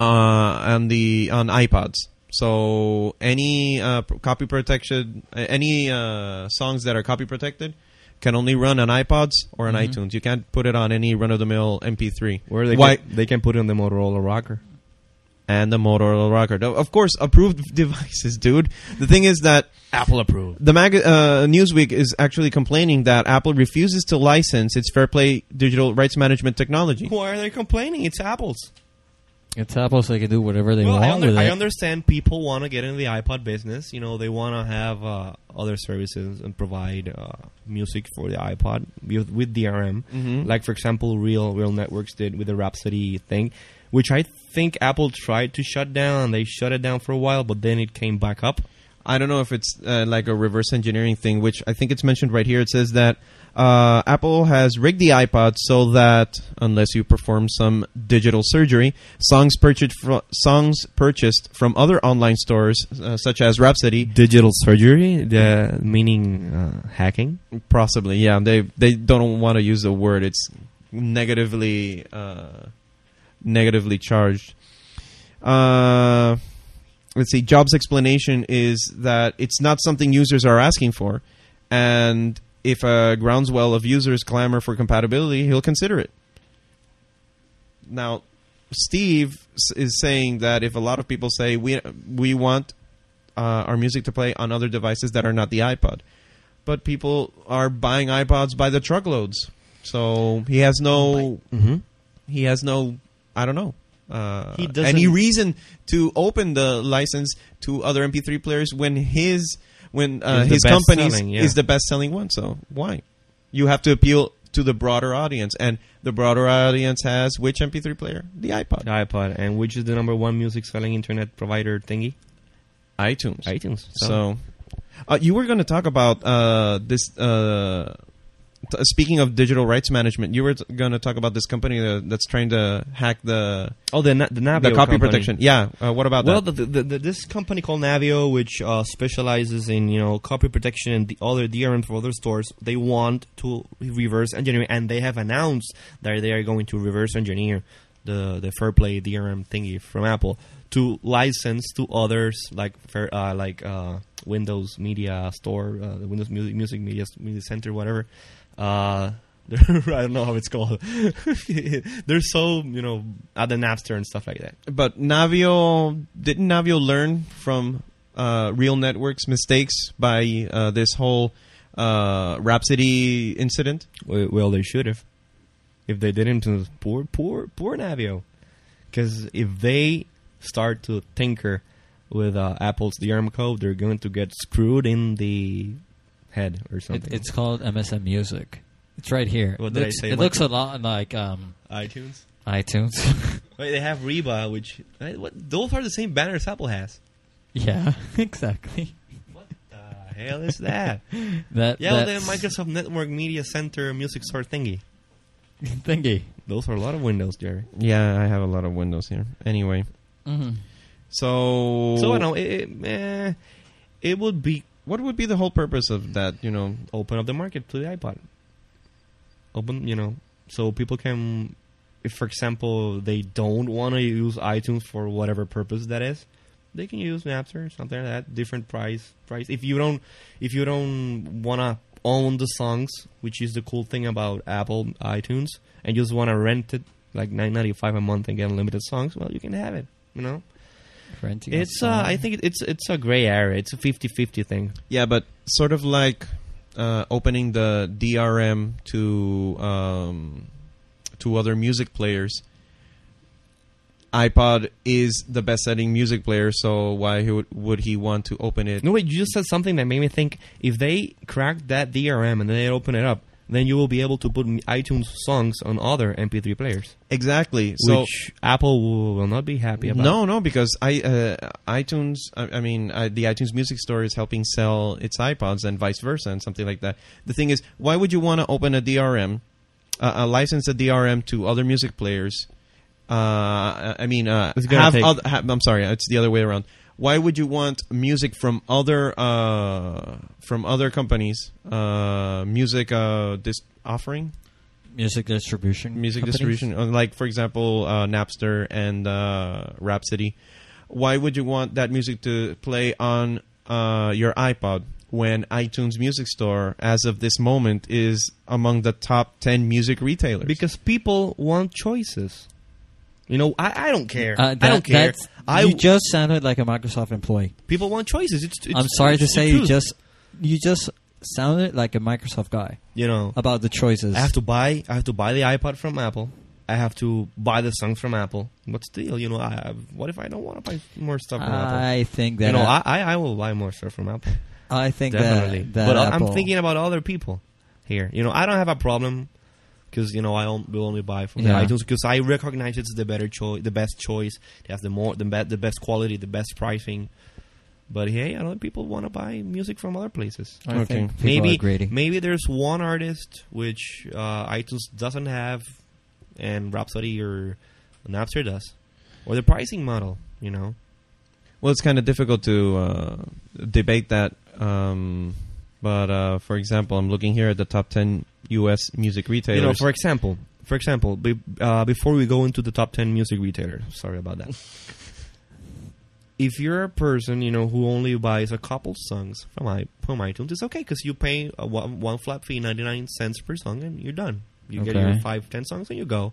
uh, on the on iPods. So any uh, p- copy protection, uh, any uh, songs that are copy protected. Can only run on iPods or on Mhm. iTunes. You can't put it on any run-of-the-mill MP3. Mm-hmm. Where they Why- can, they can put it on the Motorola rocker. and the Motorola Rocker. Now, Of course, approved devices, dude. The thing is that Apple approved. the mag- uh, Newsweek is actually complaining that Apple refuses to license its Fair Play digital rights management technology. Why are they complaining? It's Apple's. It's Apple, so they can do whatever they well, want I, under- with it. I understand people want to get into the iPod business. You know, they want to have uh, other services and provide uh, music for the iPod with, with DRM. Mhm. Like, for example, Real Real Networks did with the Rhapsody thing, which I think Apple tried to shut down. They shut it down for a while, but then it came back up. I don't know if it's uh, like a reverse engineering thing, which I think it's mentioned right here. It says that uh, Apple has rigged the iPod so that unless you perform some digital surgery, songs purchased fro- songs purchased from other online stores uh, such as Rhapsody, Digital surgery, the meaning uh, hacking. possibly, yeah, they they don't want to use the word. It's negatively uh, negatively charged. Uh, let's see. Jobs' explanation is that it's not something users are asking for, and if a groundswell of users clamor for compatibility, he'll consider it. Now, Steve s- is saying that if a lot of people say we we want uh, our music to play on other devices that are not the iPod, but people are buying iPods by the truckloads, so he has no Mm-hmm. he has no i don't know uh, He doesn't- any reason to open the license to other mp3 players when his when uh, Is the his best company's selling, yeah. is the best selling one so why you have to appeal to the broader audience and the broader audience has which mp3 player the ipod The iPod, and which is the number one music selling internet provider thingy? itunes iTunes. so uh, you were going to talk about uh, this uh, t- speaking of digital rights management you were t- going to talk about this company that, that's trying to hack the oh, the na- the Navio the copy company. protection yeah uh, what about Well, that the, the, the, this company called Navio, which uh, specializes in you know copy protection and the other DRM for other stores, they want to reverse engineer, and they have announced that they are going to reverse engineer the the Fair Play DRM thingy from Apple to license to others like fair, uh, like uh, Windows Media Store, uh, the Windows Music, Music Media Media Center, whatever. Uh, I don't know how it's called. They're so you know at the Napster and stuff like that. But Navio didn't Navio learn from uh, Real Network's mistakes by uh, this whole uh, Rhapsody incident? Well, well, they should have. If they didn't, it was poor, poor, poor Navio. Because if they start to tinker with uh, Apple's DRM code, they're going to get screwed in the head or It, something. it's called MSN Music. It's right here. What it did I looks, say? it What- looks a lot like um, iTunes. iTunes. Wait, they have Reba, which eh, what, those are the same banners Apple has. yeah, exactly. The hell is that? That yeah, well, the that's Microsoft Network Media Center Music Store thingy. thingy. Those are a lot of windows, Jerry. Yeah, I have a lot of windows here. Anyway, hmm so So Oh. I know it. It, eh, it would be what would be the whole purpose of that? You know, open up the market to the iPod. Open, you know, so people can, if for example they don't want to use iTunes for whatever purpose that is, they can use Napster or something like that. Different price, price. If you don't, if you don't want to own the songs, which is the cool thing about Apple iTunes, and you just want to rent it like nine ninety five a month and get unlimited songs, well, you can have it. You know, Renting a it's uh, song. I think it- it's it's a gray area. It's a 50-50 thing. yeah, but sort of like uh, opening the DRM to um, to other music players. iPod is the best-selling music player, so why he would, would he want to open it? No, wait, you just said something that made me think if they crack that DRM and they open it up, then you will be able to put m- iTunes songs on other MP3 players, Exactly. So which Apple will, will not be happy about. no, no, because I uh, iTunes. I, I mean, I, the iTunes Music Store is helping sell its iPods and vice versa, and something like that. The thing is, why would you want to open a DRM, uh, uh, license a DRM to other music players? Uh, I- I mean, uh, It's gonna have, take- oth- ha- I'm sorry, it's the other way around. Why would you want music from other uh, from other companies? Uh, music uh, this offering music distribution. music companies? distribution, uh, like for example uh, Napster and uh, Rhapsody. Why would you want that music to play on uh, your iPod when iTunes Music Store, as of this moment, is among the top ten music retailers? because people want choices. You know, I, I don't care. Uh, I that- don't care. that's- I you just sounded like a Microsoft employee. people want choices. It's, it's I'm sorry to it's the say, you truth. just you just sounded like a Microsoft guy you know about the choices. I have to buy. I have to buy the iPod from Apple. I have to buy the songs from Apple. But still, you know, I, what if I don't want to buy more stuff from Apple? I think that you know, I, I, I I will buy more stuff from Apple. I think Definitely. that, that but I- Apple- I'm thinking about other people here. You know, I don't have a problem because you know I on- will only buy from Yeah. the iTunes because I recognize it's the better choice, the best choice. They have the more the, be- the best quality, the best pricing. But hey, I don't people want to buy music from other places. I Okay. think people maybe are greedy. maybe there's one artist which uh, iTunes doesn't have, and Rhapsody or Napster does, or the pricing model. You know, Well, it's kind of difficult to uh, debate that. Um, but uh, for example, I'm looking here at the top 10 U.S. music retailers. you know. For example, for example, be, uh, before we go into the top ten music retailer, sorry about that. if you're a person you know who only buys a couple songs from i from iTunes, it's okay because you pay a one, one flat fee, ninety nine cents per song, and you're done. You get your Okay. five ten songs and you go.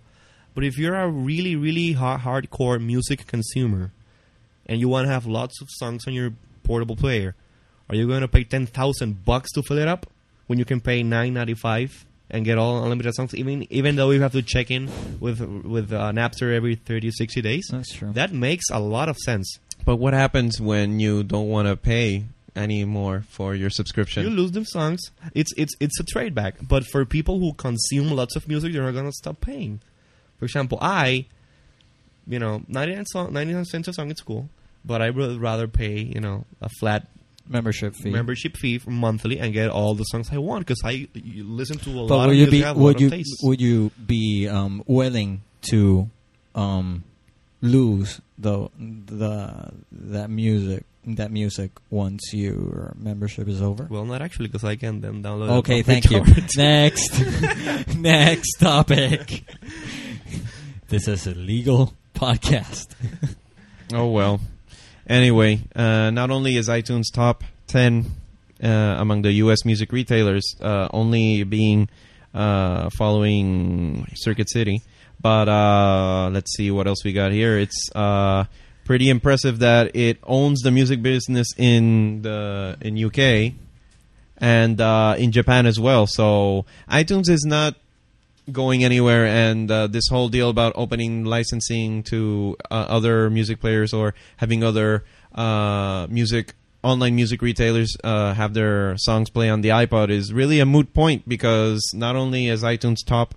But if you're a really really ha- hardcore music consumer, and you want to have lots of songs on your portable player, are you going to pay ten thousand bucks to fill it up when you can pay nine ninety five? And get all unlimited songs, even even though you have to check in with with uh, Napster every 30, 60 days. That's true. That makes a lot of sense. but what happens when you don't want to pay anymore for your subscription? You lose them songs. It's it's it's a trade back. But for people who consume lots of music, they're not gonna stop paying. For example, I, you know, ninety nine song, ninety nine cents a song is cool, but I would rather pay you know a flat Membership fee. membership fee for monthly and get all the songs I want because I you listen to a lot but of would you music. be I have a lot would of you tastes. would you be um, willing to um, lose the the that music that music once your membership is over? well, not actually, because I can then download. it Okay, from thank you. BitTorrent. Next, next topic. this is a legal podcast. Oh well. Anyway, uh, not only is iTunes top ten uh, among the U.S. music retailers, uh, only being uh, following Circuit City, but uh, let's see what else we got here. It's uh, pretty impressive that it owns the music business in the in UK and uh, in Japan as well. So iTunes is not going anywhere, and uh, this whole deal about opening licensing to uh, other music players or having other uh, music online music retailers uh, have their songs play on the iPod is really a moot point because not only is iTunes top.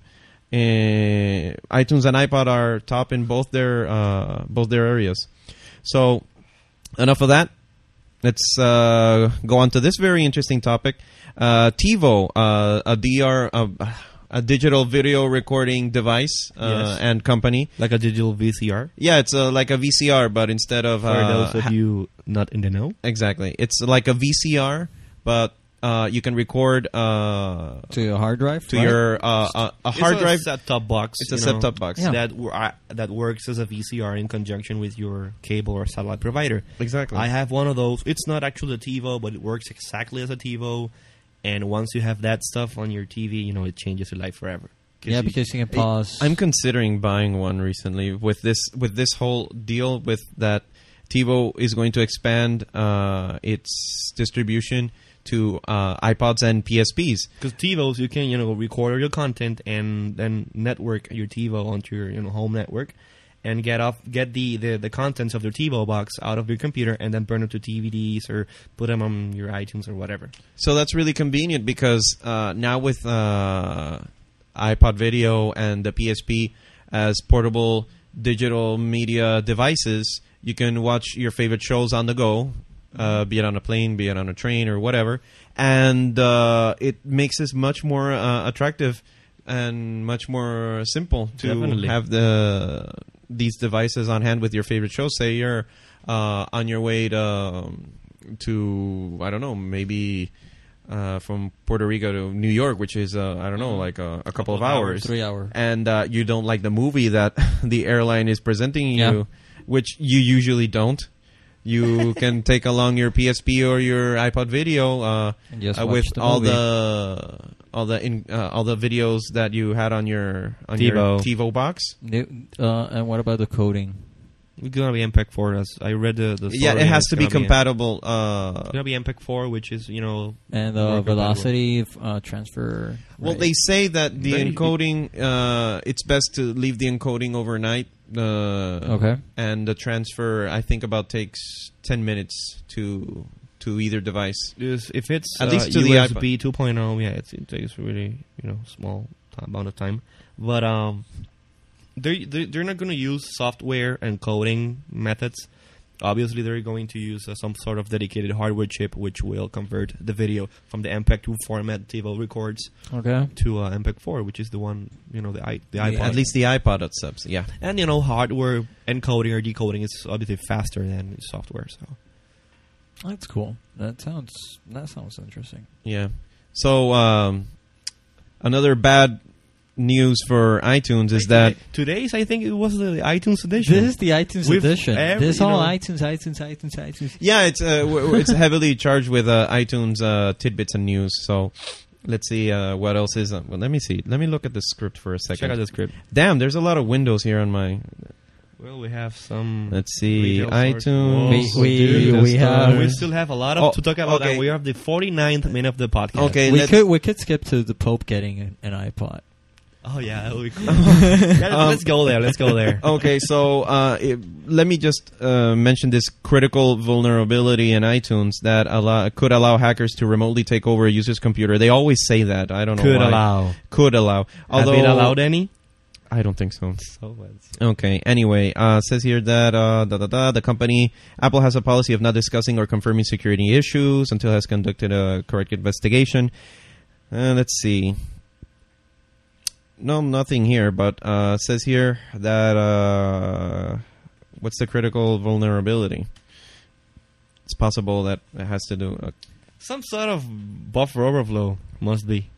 Uh, iTunes and iPod are top in both their uh, both their areas. So, enough of that let's uh, go on to this very interesting topic. Uh, TiVo, uh, a DR, a, a digital video recording device uh, Yes. and company. like a digital VCR. Yeah, it's uh like a VCR, but instead of For uh, those of you not in the know, exactly, it's like a VCR, but uh, you can record uh, To your hard drive? to right? your uh, a, a hard it's drive. a set-top box. It's a you know. set-top box. Yeah. that wor- I- that works as a VCR in conjunction with your cable or satellite provider. Exactly. I have one of those. It's not actually a TiVo, but it works exactly as a TiVo. And once you have that stuff on your TV, you know it changes your life forever. Yeah, you- because you can pause. I'm considering buying one recently with this with this whole deal with that TiVo is going to expand uh, its distribution to uh, iPods and PSPs. Because TiVos, you can you know record your content and then network your TiVo onto your you know home network, and get off get the, the the contents of your TiVo box out of your computer and then burn them to DVDs or put them on your iTunes or whatever. So that's really convenient because uh, now with uh, iPod Video and the PSP as portable digital media devices, you can watch your favorite shows on the go, uh, be it on a plane, be it on a train, or whatever. And uh, it makes this much more uh, attractive and much more simple to Definitely. have the these devices on hand with your favorite shows. Say you're uh, on your way to um, to I don't know maybe uh, from Puerto Rico to New York, which is uh, I don't know like a, a couple of hours, Three hour. and uh, you don't like the movie that the airline is presenting you, Yeah. which you usually don't. You can take along your PSP or your iPod Video uh, And just uh, watch with the all movie. the all the in, uh, all the videos that you had on your on TiVo. your TiVo box. New- Uh, and what about the coding? It's gonna be MPEG four. As I read the, the yeah, story, it has it's to be gonna compatible. E It's Uh, gonna be MPEG four, which is you know And More the compatible. velocity f- uh, transfer. well, rate. they say that the Very- encoding uh, it's best to leave the encoding overnight. Uh, Okay. and the transfer I think about takes ten minutes to to either device. is- if it's At uh, least to the USB two oh, Yeah, it's, it takes really you know small ti- amount of time, but um, they they they're not gonna use software and coding methods. Obviously, they're going to use uh, some sort of dedicated hardware chip, which will convert the video from the MPEG 2 format TiVo records Okay. to uh, MPEG 4, which is the one you know the i the iPod. At least the iPod that subs. Yeah. and you know hardware encoding or decoding is obviously faster than software. So That's cool. That sounds that sounds interesting. Yeah. So um, another bad news for iTunes is that today's I think it was the iTunes edition. This is the iTunes With edition. every- this you all know- iTunes, iTunes, iTunes, iTunes. yeah, it's uh, w- w- it's heavily charged with uh, iTunes uh, tidbits and news. So let's see uh, what else is. Uh, well, let me see. Let me look at the script for a Check out second. the script. Damn, there's a lot of windows here on my. Well, we have some. uh, Let's see, Retail stores. iTunes. We- we- dude, we the have- stars. we still have a lot of Oh, to talk about, okay. and we are the 49th minute of the podcast. Okay, we let's- could we could skip to the Pope getting an, an iPod. Oh yeah, that would be cool. Yeah, Um, let's go there. Let's go there. okay, so uh, it, let me just uh, mention this critical vulnerability in iTunes that allow, could allow hackers to remotely take over a user's computer. They always say that. I don't know. Could why. allow. Could allow. Although Have it allowed any? I don't think so. So let's. Okay. Anyway, uh, says here that uh, da, da, da, the company Apple has a policy of not discussing or confirming security issues until it has conducted a correct investigation. Uh, let's see. No, nothing here. But uh, says here that uh, what's the critical vulnerability? It's possible that it has to do. uh, Some sort of buffer overflow must be,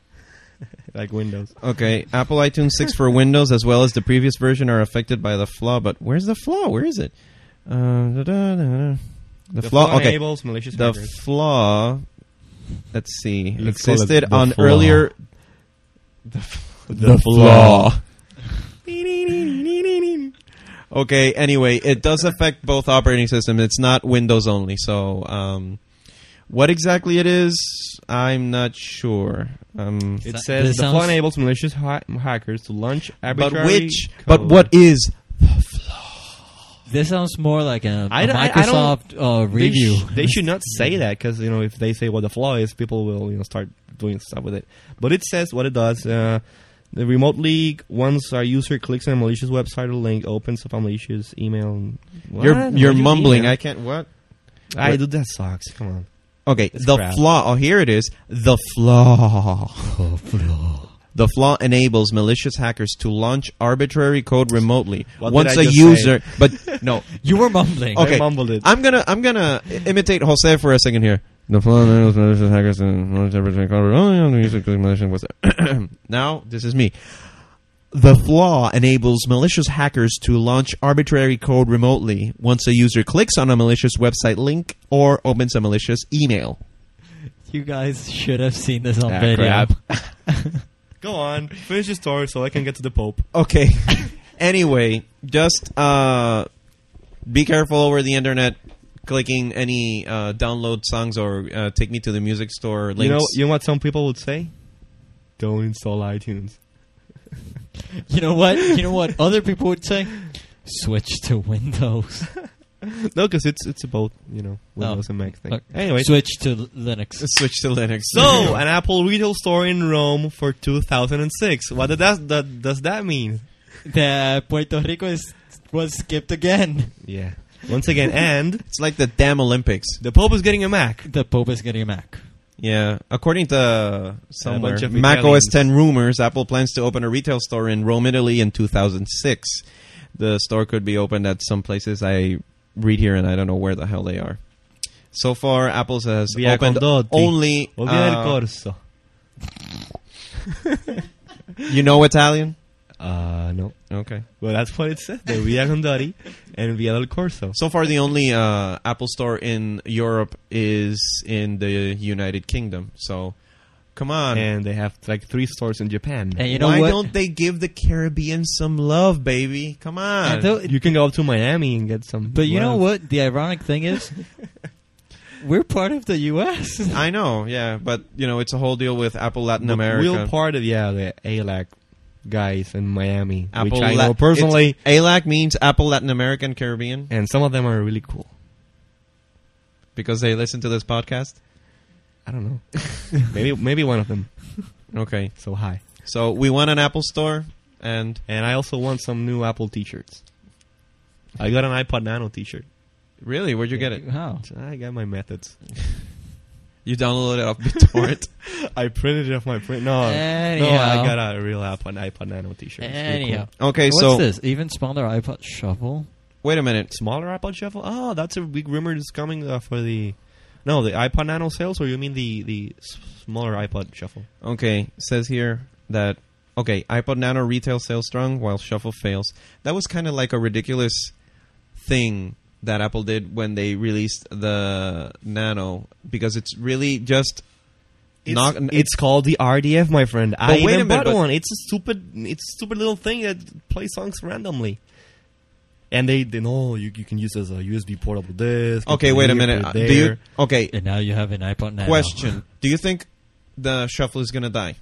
like Windows. okay, Apple iTunes 6 for Windows as well as the previous version are affected by the flaw. But where's the flaw? Where is it? Uh, da, da, da, da. The, flaw. Okay, enables malicious the hackers. flaw let's see Let's call it existed the on flaw. earlier the flaw. okay anyway it does affect both operating systems it's not windows only so um what exactly it is i'm not sure um It That- says this the flaw sounds- enables malicious ha- hackers to launch but arbitrary. which code. but what is This sounds more like a, I a don't- I- I don't- Microsoft uh, They sh- review. They, should not say that because you know if they say what the flaw is, people will you know start doing stuff with it. But it says what it does. Uh, the remote leak. Once our user clicks on a malicious website or link, opens up a malicious email. and- What? you're you're Malicious mumbling email. i can't what I do that sucks. Come on. okay It's the crap. flaw oh here it is the flaw The flaw enables malicious hackers to launch arbitrary code remotely. What Once did I a just user, but no, you were mumbling. Okay. I mumbled it. I'm gonna I'm gonna i- imitate Jose for a second here. The flaw enables malicious hackers to launch arbitrary code remotely. on the user clicking malicious website. Now this is me. The flaw enables malicious hackers to launch arbitrary code remotely once a user clicks on a malicious website link or opens a malicious email. You guys should have seen this on Ah, video. crap. Go on. Finish the story so I can get to the Pope. Okay. anyway, just uh, be careful over the internet clicking any uh, download songs or uh, take me to the music store links. You know. You know what some people would say? Don't install iTunes. You know what? You know what? Other people would say, switch to Windows. No, because it's it's about you know Windows Oh. and Mac thing. Look, Anyway, switch to Linux. Switch to Linux. So, an Apple retail store in Rome for 2006. What does that, that does that mean? That Puerto Rico is, was skipped again. Yeah. Once again, and it's like the damn Olympics. the Pope is getting a Mac. The Pope is getting a Mac. Yeah, according to uh, somewhere bunch of Mac OS Italians. 10 rumors, Apple plans to open a retail store in Rome, Italy, in 2006. The store could be opened at some places I read here, and I don't know where the hell they are. So far, Apple's has Via opened Condotti. only. O Via del uh, Corso. You know Italian? Uh, no. Okay. Well, that's what it says. The Via Condotti and Via del Corso. So far, the only uh, Apple store in Europe is in the United Kingdom. So, come on. And they have like three stores in Japan. And you know Why what? don't they give the Caribbean some love, baby? Come on. And though- you can go up to Miami and get some. but you know love. what? The ironic thing is, we're part of the U.S. I know, yeah, but you know, it's a whole deal with Apple Latin But America. We're part of yeah the ALAC guys in Miami, which Apple I Lat- know personally, it's- ALAC means Apple Latin American Caribbean and some of them are really cool. because they listen to this podcast. I don't know. maybe maybe one of them. Okay, So hi. so we want an Apple store, and And I also want some new Apple T-shirts. I got an iPod Nano T-shirt. Really? Where'd you get it? How? I got my methods. You downloaded it off BitTorrent. I printed it off my print. Oh, No, no, Anyhow. I got a real iPod, iPod Nano T-shirt. It's really Anyhow. okay, What's so this? Even smaller iPod Shuffle? wait a minute. cool. Smaller iPod Shuffle. Oh, that's a big rumor that's coming uh, for the. No, the iPod Nano sales, or you mean the the s- smaller iPod Shuffle? Okay, says here that okay, iPod Nano retail sales strong while Shuffle fails. That was kind of like a ridiculous thing that Apple did when they released the Nano because it's really just Knock- it's called the RDF, my friend. I wait a even minute, bought but- one. It's a stupid, it's a stupid little thing that plays songs randomly. And they, they know you, you can use it as a USB portable disc. you okay. can Wait a leave minute. it Uh, Do you there. okay? And now you have an iPod Nano. Question: Do you think the Shuffle is gonna die?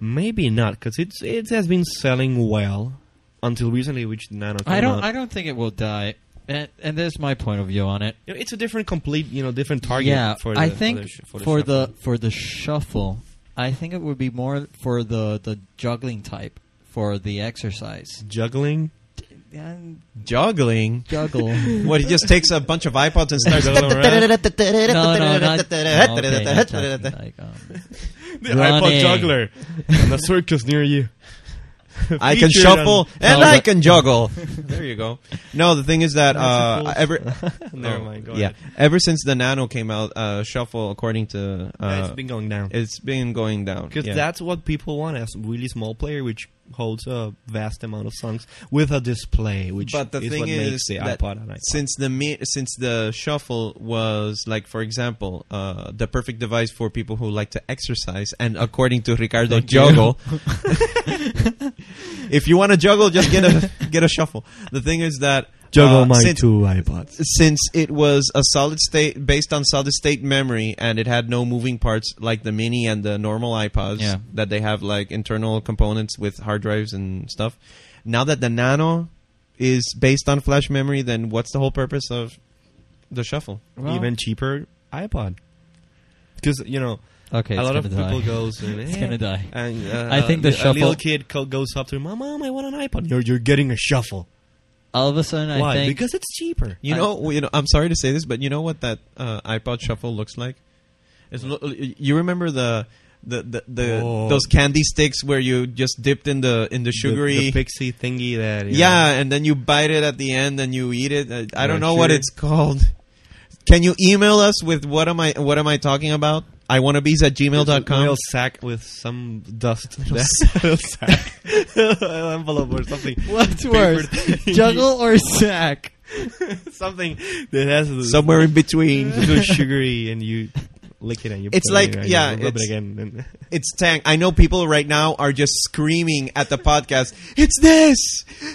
Maybe not, because it's it has been selling well until recently, which Nano. Came I don't. out. I don't think it will die. And, and there's my point of view on it. You know, it's a different, complete, you know, different target. yeah, for the, I for think the sh- for the shuffle. the, shuffle, I think it would be more for the the juggling type for the exercise juggling. and Juggling. juggle. no, What? He just takes a bunch of iPods and starts. Juggle around. no, not, no, okay, uh, I'm talking like, um, the iPod Running. juggler and a circus near you. I can Featured on- shuffle and No, I but- can juggle. there you go. No, the thing is that That's a uh, cool- ever Never Oh, mind. Go yeah, ahead. ever since the Nano came out, uh, shuffle according to uh, it's been going down. going down. Because yeah. that's what people want as a really small player, which holds a vast amount of songs with a display, which But the is thing what is makes the that iPod an iPod. since the me- since the shuffle was like, for example, uh, the perfect device for people who like to exercise, and according to Ricardo, Thank you. juggle. if you want to juggle, just get a get a shuffle. The thing is that uh, since, two iPods. since it was a solid state based on solid state memory and it had no moving parts like the mini and the normal iPods Yeah. that they have like internal components with hard drives and stuff. Now that the Nano is based on flash memory, then what's the whole purpose of the shuffle? well, Even cheaper iPod. Because you know okay, a it's lot of gonna people die. goes and, It's eh, gonna die. and uh, I think the a little shuffle- kid co- goes up to him, mom, mom, I want an iPod. You're you're getting a shuffle. All of a sudden, I Why? think because it's cheaper. You I- know, you know. I'm sorry to say this, but you know what that uh, iPod shuffle looks like? It's lo- you remember the. The, the, the Oh. those candy sticks where you just dipped in the in the sugary the, the pixie thingy that you know, Yeah, and then you bite it at the end and you eat it. Uh, I Yeah, don't know what sure. it's called. Can you email us with what am I what am I talking about? I want to be at gmail.com. Little sack with some dust. Little sack. envelope or something. what's worse, worse, juggle or sack? something that has the Somewhere in between. little sugary and you lick it and you. put It's it like- in and yeah, you rub it's- it again. And It's tank. I know people right now are just screaming at the podcast. It's this.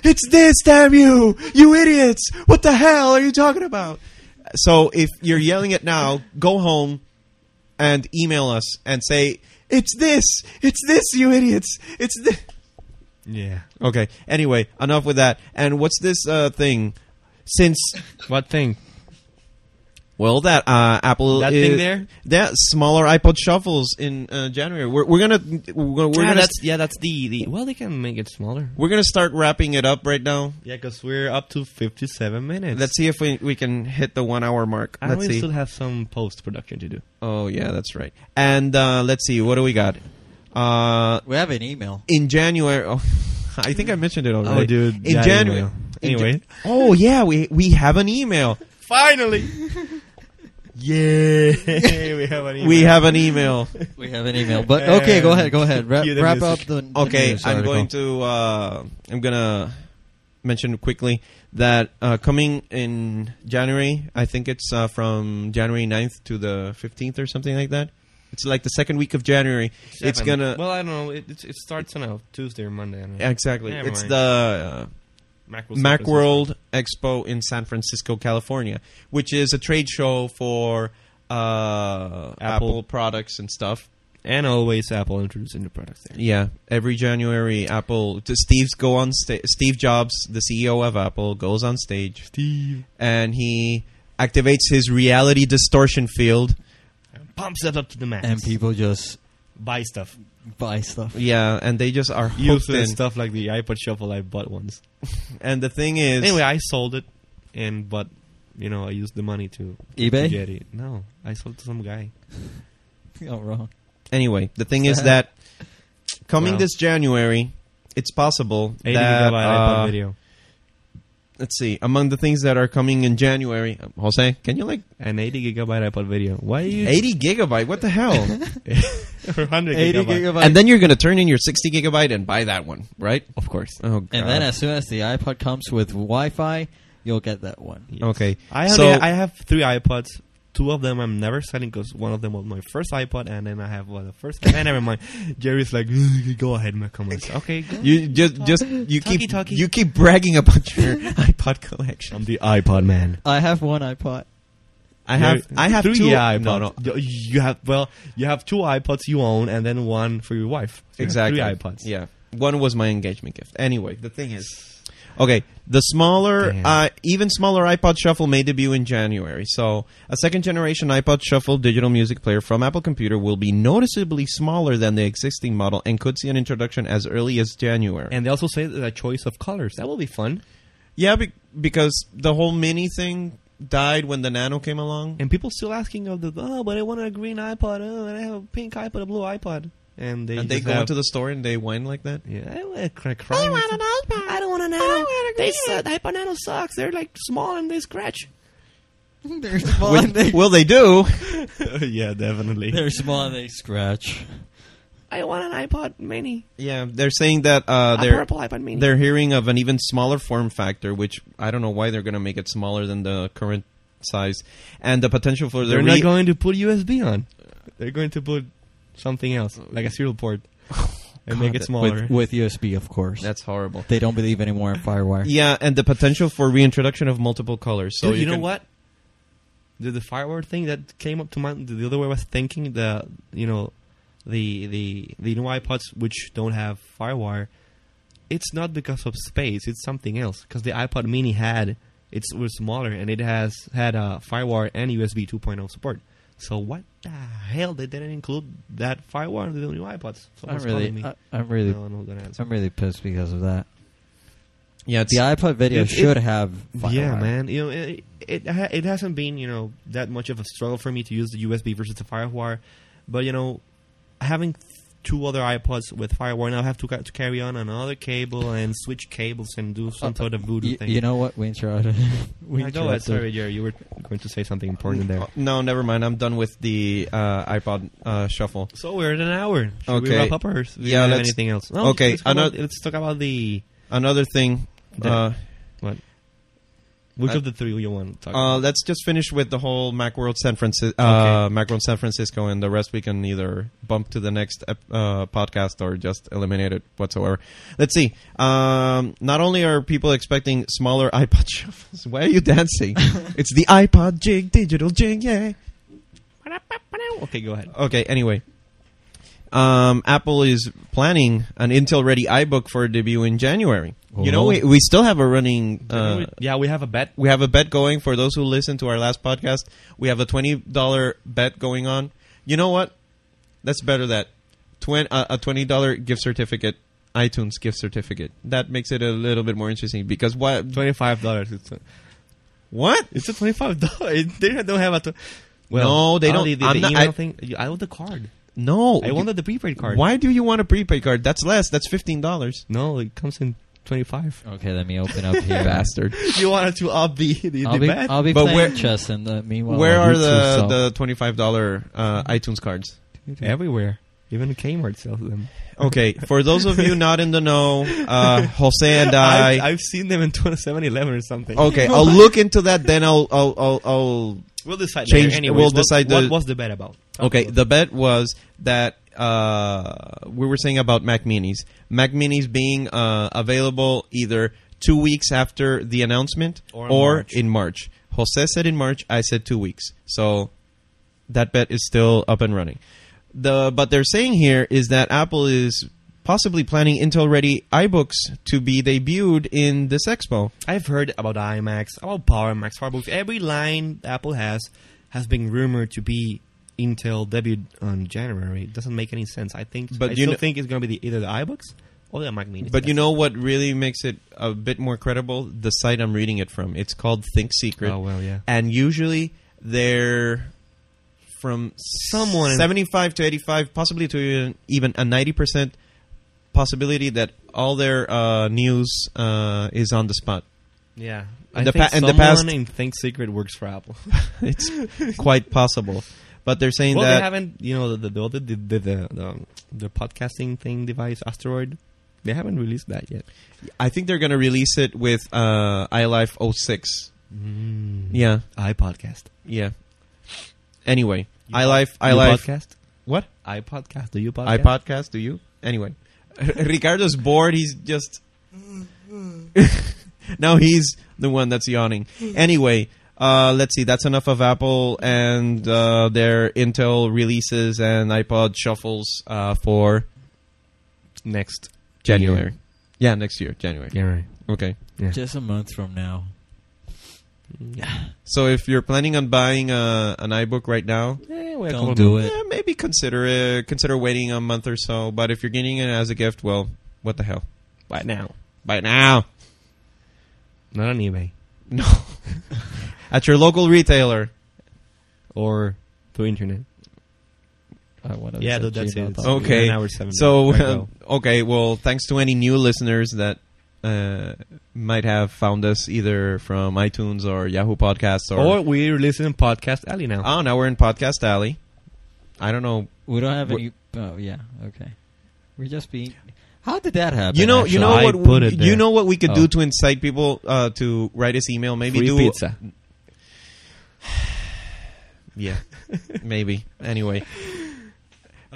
It's this. Damn you, you idiots! What the hell are you talking about? So if you're yelling it now, go home and email us and say it's this. It's this, you idiots. It's this. yeah. Okay. Anyway, enough with that. And what's this uh, thing? Since What thing? well, that uh, Apple That i- thing there? that smaller iPod shuffles in uh, January. We're, we're gonna we're gonna we're yeah, gonna, Ah, that's yeah, that's the, the well, they can make it smaller. we're gonna start wrapping it up right now. Yeah, because we're up to fifty-seven minutes. Let's see if we, we can hit the one hour mark. And Let's we still see. have some post production to do. Oh yeah, that's right. And uh, let's see. What do we got? Uh, We have an email. in January. Oh, I think I mentioned it already. Oh, dude, In yeah, January. email. in Ja- Anyway. oh yeah, we we have an email. Finally, yeah, we have an email. We have an email. We have an email, but okay, go ahead, go ahead, Wrap, Cue the wrap up music. the. the okay news i'm article. going to uh, i'm gonna mention quickly that uh, coming in january i think it's uh, from january 9th to the 15th or something like that it's like the second week of january it's Seven. gonna Well, I don't know. It, it, it starts on a Tuesday or Monday. I don't know. exactly Never it's mind. the uh, Macworld's macworld expo in san francisco california which is a trade show for uh, apple. products and stuff and always Apple introducing the products there. Yeah, every January, Apple. t- Steve's go on. Sta- Steve Jobs, the CEO of Apple, goes on stage Steve and he activates his reality distortion field. pumps it up to the max And people just buy stuff. buy stuff. Yeah, and they just are hooked in. Useless stuff like the iPod Shuffle I bought once. And the thing is, Anyway, I sold it and bought you know, I used the money to eBay? get it. No, I sold to some guy. You're wrong. Anyway, the thing is that coming Well. this January, it's possible 80 that gigabyte iPod uh, video let's see among the things that are coming in January. um, Jose, can you like an 80 gigabyte iPod video. Why are you eighty gigabyte? What the hell? 100 80 gigabyte? gigabyte. and then you're gonna turn in your sixty gigabyte and buy that one, right? Of course. Oh god. And then as soon as the iPod comes with Wi-Fi, you'll get that one. okay, I have So- I have three iPods. Two of them I'm never selling because one of them was my first iPod, and then I have well, the first. and never mind. Jerry's like, go ahead, my comments. Okay, go. you just just you Talkie, keep talkie. you keep bragging about your iPod collection. I'm the iPod man. I have one iPod. I have I have three two iPods. No, no. You- You have well, you have two iPods you own, and then one for your wife. So you have Exactly. Three iPods. Yeah. One was my engagement gift. Anyway, the thing is, okay, the smaller, Damn. uh, even smaller iPod Shuffle may debut in January. So, a second generation iPod Shuffle digital music player from Apple Computer will be noticeably smaller than the existing model and could see an introduction as early as January. And they also say that a choice of colors. That will be fun. yeah, be- because the whole mini thing died when the Nano came along. And people still asking of the oh, but I want a green iPod. Oh, and I have a pink iPod, a blue iPod. And they And they just go have- into the store and they whine like that. Yeah, I want a cr- cry. I want an iPod. I don't want an iPod. They su- iPod Nano sucks. They're like small and they scratch. They're small. and they, well, they do. yeah, definitely. they're small. And they scratch. I want an iPod Mini. Yeah, they're saying that uh, a they're purple iPod Mini. They're hearing of an even smaller form factor, which I don't know why they're going to make it smaller than the current size, and the potential for the They're re- not going to put USB on. Uh. They're going to put something else, like a serial port, and make God, it smaller. With, with USB, of course. That's horrible. they don't believe anymore in FireWire. Yeah, and the potential for reintroduction of multiple colors. So Dude, you, know can- what? The, the firewall thing that came up to mind. The other way I was thinking the you know the the the new iPods which don't have firewire. It's not because of space. It's something else. Because the iPod Mini had it's was smaller and it has had a firewire and USB 2.0 support. So what the hell? They didn't include that firewire in the new iPods. I'm Someone's calling really, me. I, I'm really, no, I'm not gonna answer. I'm really pissed because of that. Yeah, it's, The iPod video It- it- should have. FireWire. Yeah, man. You know, it, it ha- it hasn't been you know that much of a struggle for me to use the USB versus the FireWire, but you know, having th- two other iPods with FireWire now I have to ca- to carry on another cable and switch cables and do some Uh, sort of voodoo You, thing. you know what? We interrupted. we I go ahead. interrupted. Sorry, Jerry. You were going to say something important there. Oh, no, never mind. I'm done with the uh, iPod uh, shuffle. So we're at an hour. Should Okay. we wrap up or do you Yeah, have let's- anything else? okay, Let's, talk about- another- let's talk about the Another thing. Uh, which Uh, of the three you want to talk. uh, about? let's just finish with the whole Macworld San Francisco, uh, Macworld San Francisco, and the rest we can either bump to the next ep- uh, podcast or just eliminate it whatsoever. Let's see. Um, not only are people expecting smaller iPod shuffles, why are you dancing? it's the iPod jig, digital jig, yeah. Okay, go ahead. Okay, anyway. Um, Apple is planning an Intel ready iBook for debut in January. You know, Oh. we, we still have a running. Uh, yeah, we have a bet. we have a bet going for those who listened to our last podcast. We have a twenty dollar bet going on. You know what? Let's better that. Twen- uh, a twenty dollar gift certificate, iTunes gift certificate. That makes it a little bit more interesting because what? Twenty five dollars. It's a- What? It's a twenty five dollar. They don't have a. Tw- No, they I don't- The, the, I'm the not- email I- Oh, thing. you- I want the card. No, I wanted the prepaid card. Why do you want a prepaid card? That's less. That's fifteen dollars. No, it comes in twenty five. Okay, let me open up here. Bastard. you wanted to up the the, I'll the be, bet. I'll be But playing where- chess in the meanwhile. Where on are YouTube, so- the the twenty five dollar uh, iTunes cards? Everywhere, even Kmart sells them. Okay, for those of you not in the know, uh, Jose and I. I've, I've seen them in 7-Eleven or something. Okay, I'll look into that. Then I'll I'll I'll, I'll we'll decide. Change- later. Anyways, we'll what- decide What, the- was the bet about? Okay, the bet was that uh, we were saying about Mac Minis. Mac Minis being uh, available either two weeks after the announcement Or or, in March. in March. Jose said in March. I said two weeks. So that bet is still up and running. The but they're saying here is that Apple is possibly planning Intel Ready iBooks to be debuted in this expo. I've heard about IMAX, about PowerMax, PowerBooks. Every line Apple has has been rumored to be Intel debut on January. It doesn't make any sense. I think, But I you still kn- think it's going to be the, either the iBooks Hola Mac Mini. But you know what really makes it a bit more credible? The site I'm reading it from. It's called Think Secret. Oh well, yeah. and usually they're from Someone in- 75 to 85 possibly to even, even a 90% possibility that all their uh, news uh, is on the spot Yeah. In I the think pa- in the someone past- in Think Secret works for Apple. it's quite possible but they're saying well, they that haven't, you know, the the the the, the, the, the, the podcasting thing device Asteroid. They haven't released that yet. i think they're going to release it with uh, ilife 06 Mm. yeah iPodcast. yeah anyway You- ilife you ilife podcast. what iPodcast. Do you podcast? i podcast do you anyway ricardo's bored he's just now he's the one that's yawning anyway uh, let's see that's enough of apple and uh, their intel releases and ipod shuffles uh, for next. january yeah next year january Yeah, right. okay Just a month from now. so if you're planning on buying uh, an ibook right now Don't do it. eh, maybe consider it consider waiting a month or so but if you're getting it as a gift well what the hell By now. buy it now Not on eBay. No. At your local retailer. Or through internet. Yeah, that- that's it. It's Okay. an hour seven So, minutes. uh, okay, well, thanks to any new listeners that uh, might have found us either from iTunes or Yahoo Podcasts or. Or we release it in Podcast Alley now. oh, now we're in Podcast Alley. I don't know. We don't have Wh- any. Oh yeah, okay. We're just being. How did that happen? You know, you know I what put it you there. know what we could do Oh. to incite people uh, to write us email. Maybe Free do pizza. Yeah, maybe. Anyway,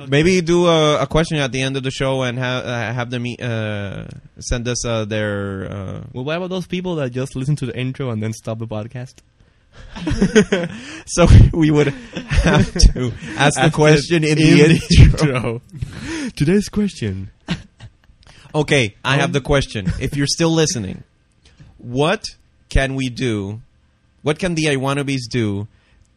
maybe do a, a question at the end of the show and ha- uh, have them e- uh, send us uh, their. Uh, Well, what about those people that just listen to the intro and then stop the podcast? so we would have to ask the Ask question in the in intro. Today's question. Okay, I have the question. If you're still listening, what can we do? What can the Iwannabes do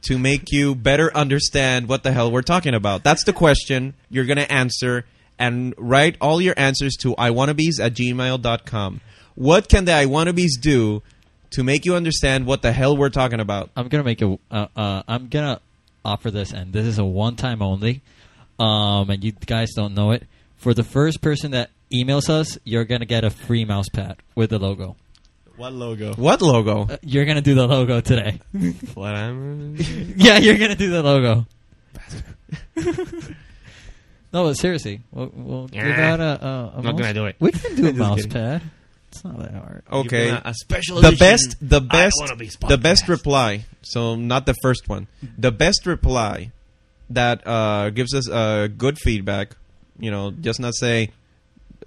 to make you better understand what the hell we're talking about? That's the question you're going to answer and write all your answers to Iwannabes at gmail.com. What can the Iwannabes do to make you understand what the hell we're talking about? I'm gonna make a. Uh, uh, I'm gonna offer this, and this is a one-time only. Um, and you guys don't know it. For the first person that emails us, you're gonna get a free mouse pad with the logo. What logo? What logo? Uh, you're gonna do the logo today. What I'm. yeah, you're gonna do the logo. no, but seriously, we'll, we'll give Yeah. out a. a, a Not mouse- gonna do it. We can do a Just mouse kidding. pad. It's not that hard. Okay. A special the edition best the best Iwannabes the best podcast. reply so not the first one the best reply that uh, gives us uh, good feedback you know just not say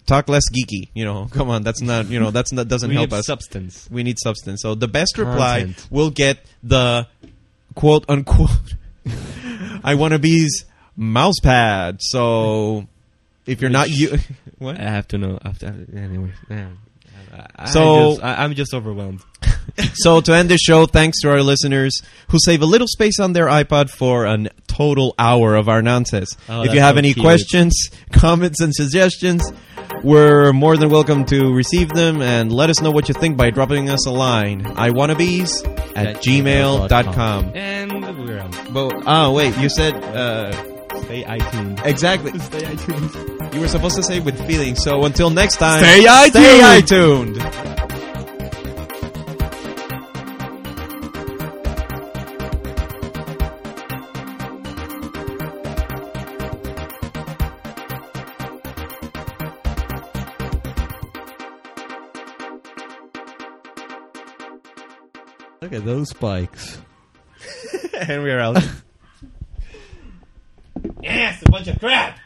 talk less geeky you know come on that's not you know that's not doesn't We help need us substance. we need substance so the best reply Content. will get the quote unquote i want to be's mouse pad so if you're not you what I have to know. After, anyway. Yeah. I- I- I So- just, I, I'm just overwhelmed. So to end the show, thanks to our listeners who save a little space on their iPod for a total hour of our nonsense. Oh, if that's you have so any cute. questions, comments, and suggestions, we're more than welcome to receive them and let us know what you think by dropping us a line. Iwannabes at At gmail dot com. gmail.com. And we're out. But, oh, wait, you said, uh, Stay iTunes. exactly. Stay iTunes. You were supposed to say with feeling. So until next time, Stay Stay iTuned. iTuned. Look at those spikes. and we're out. yes, a bunch of crap.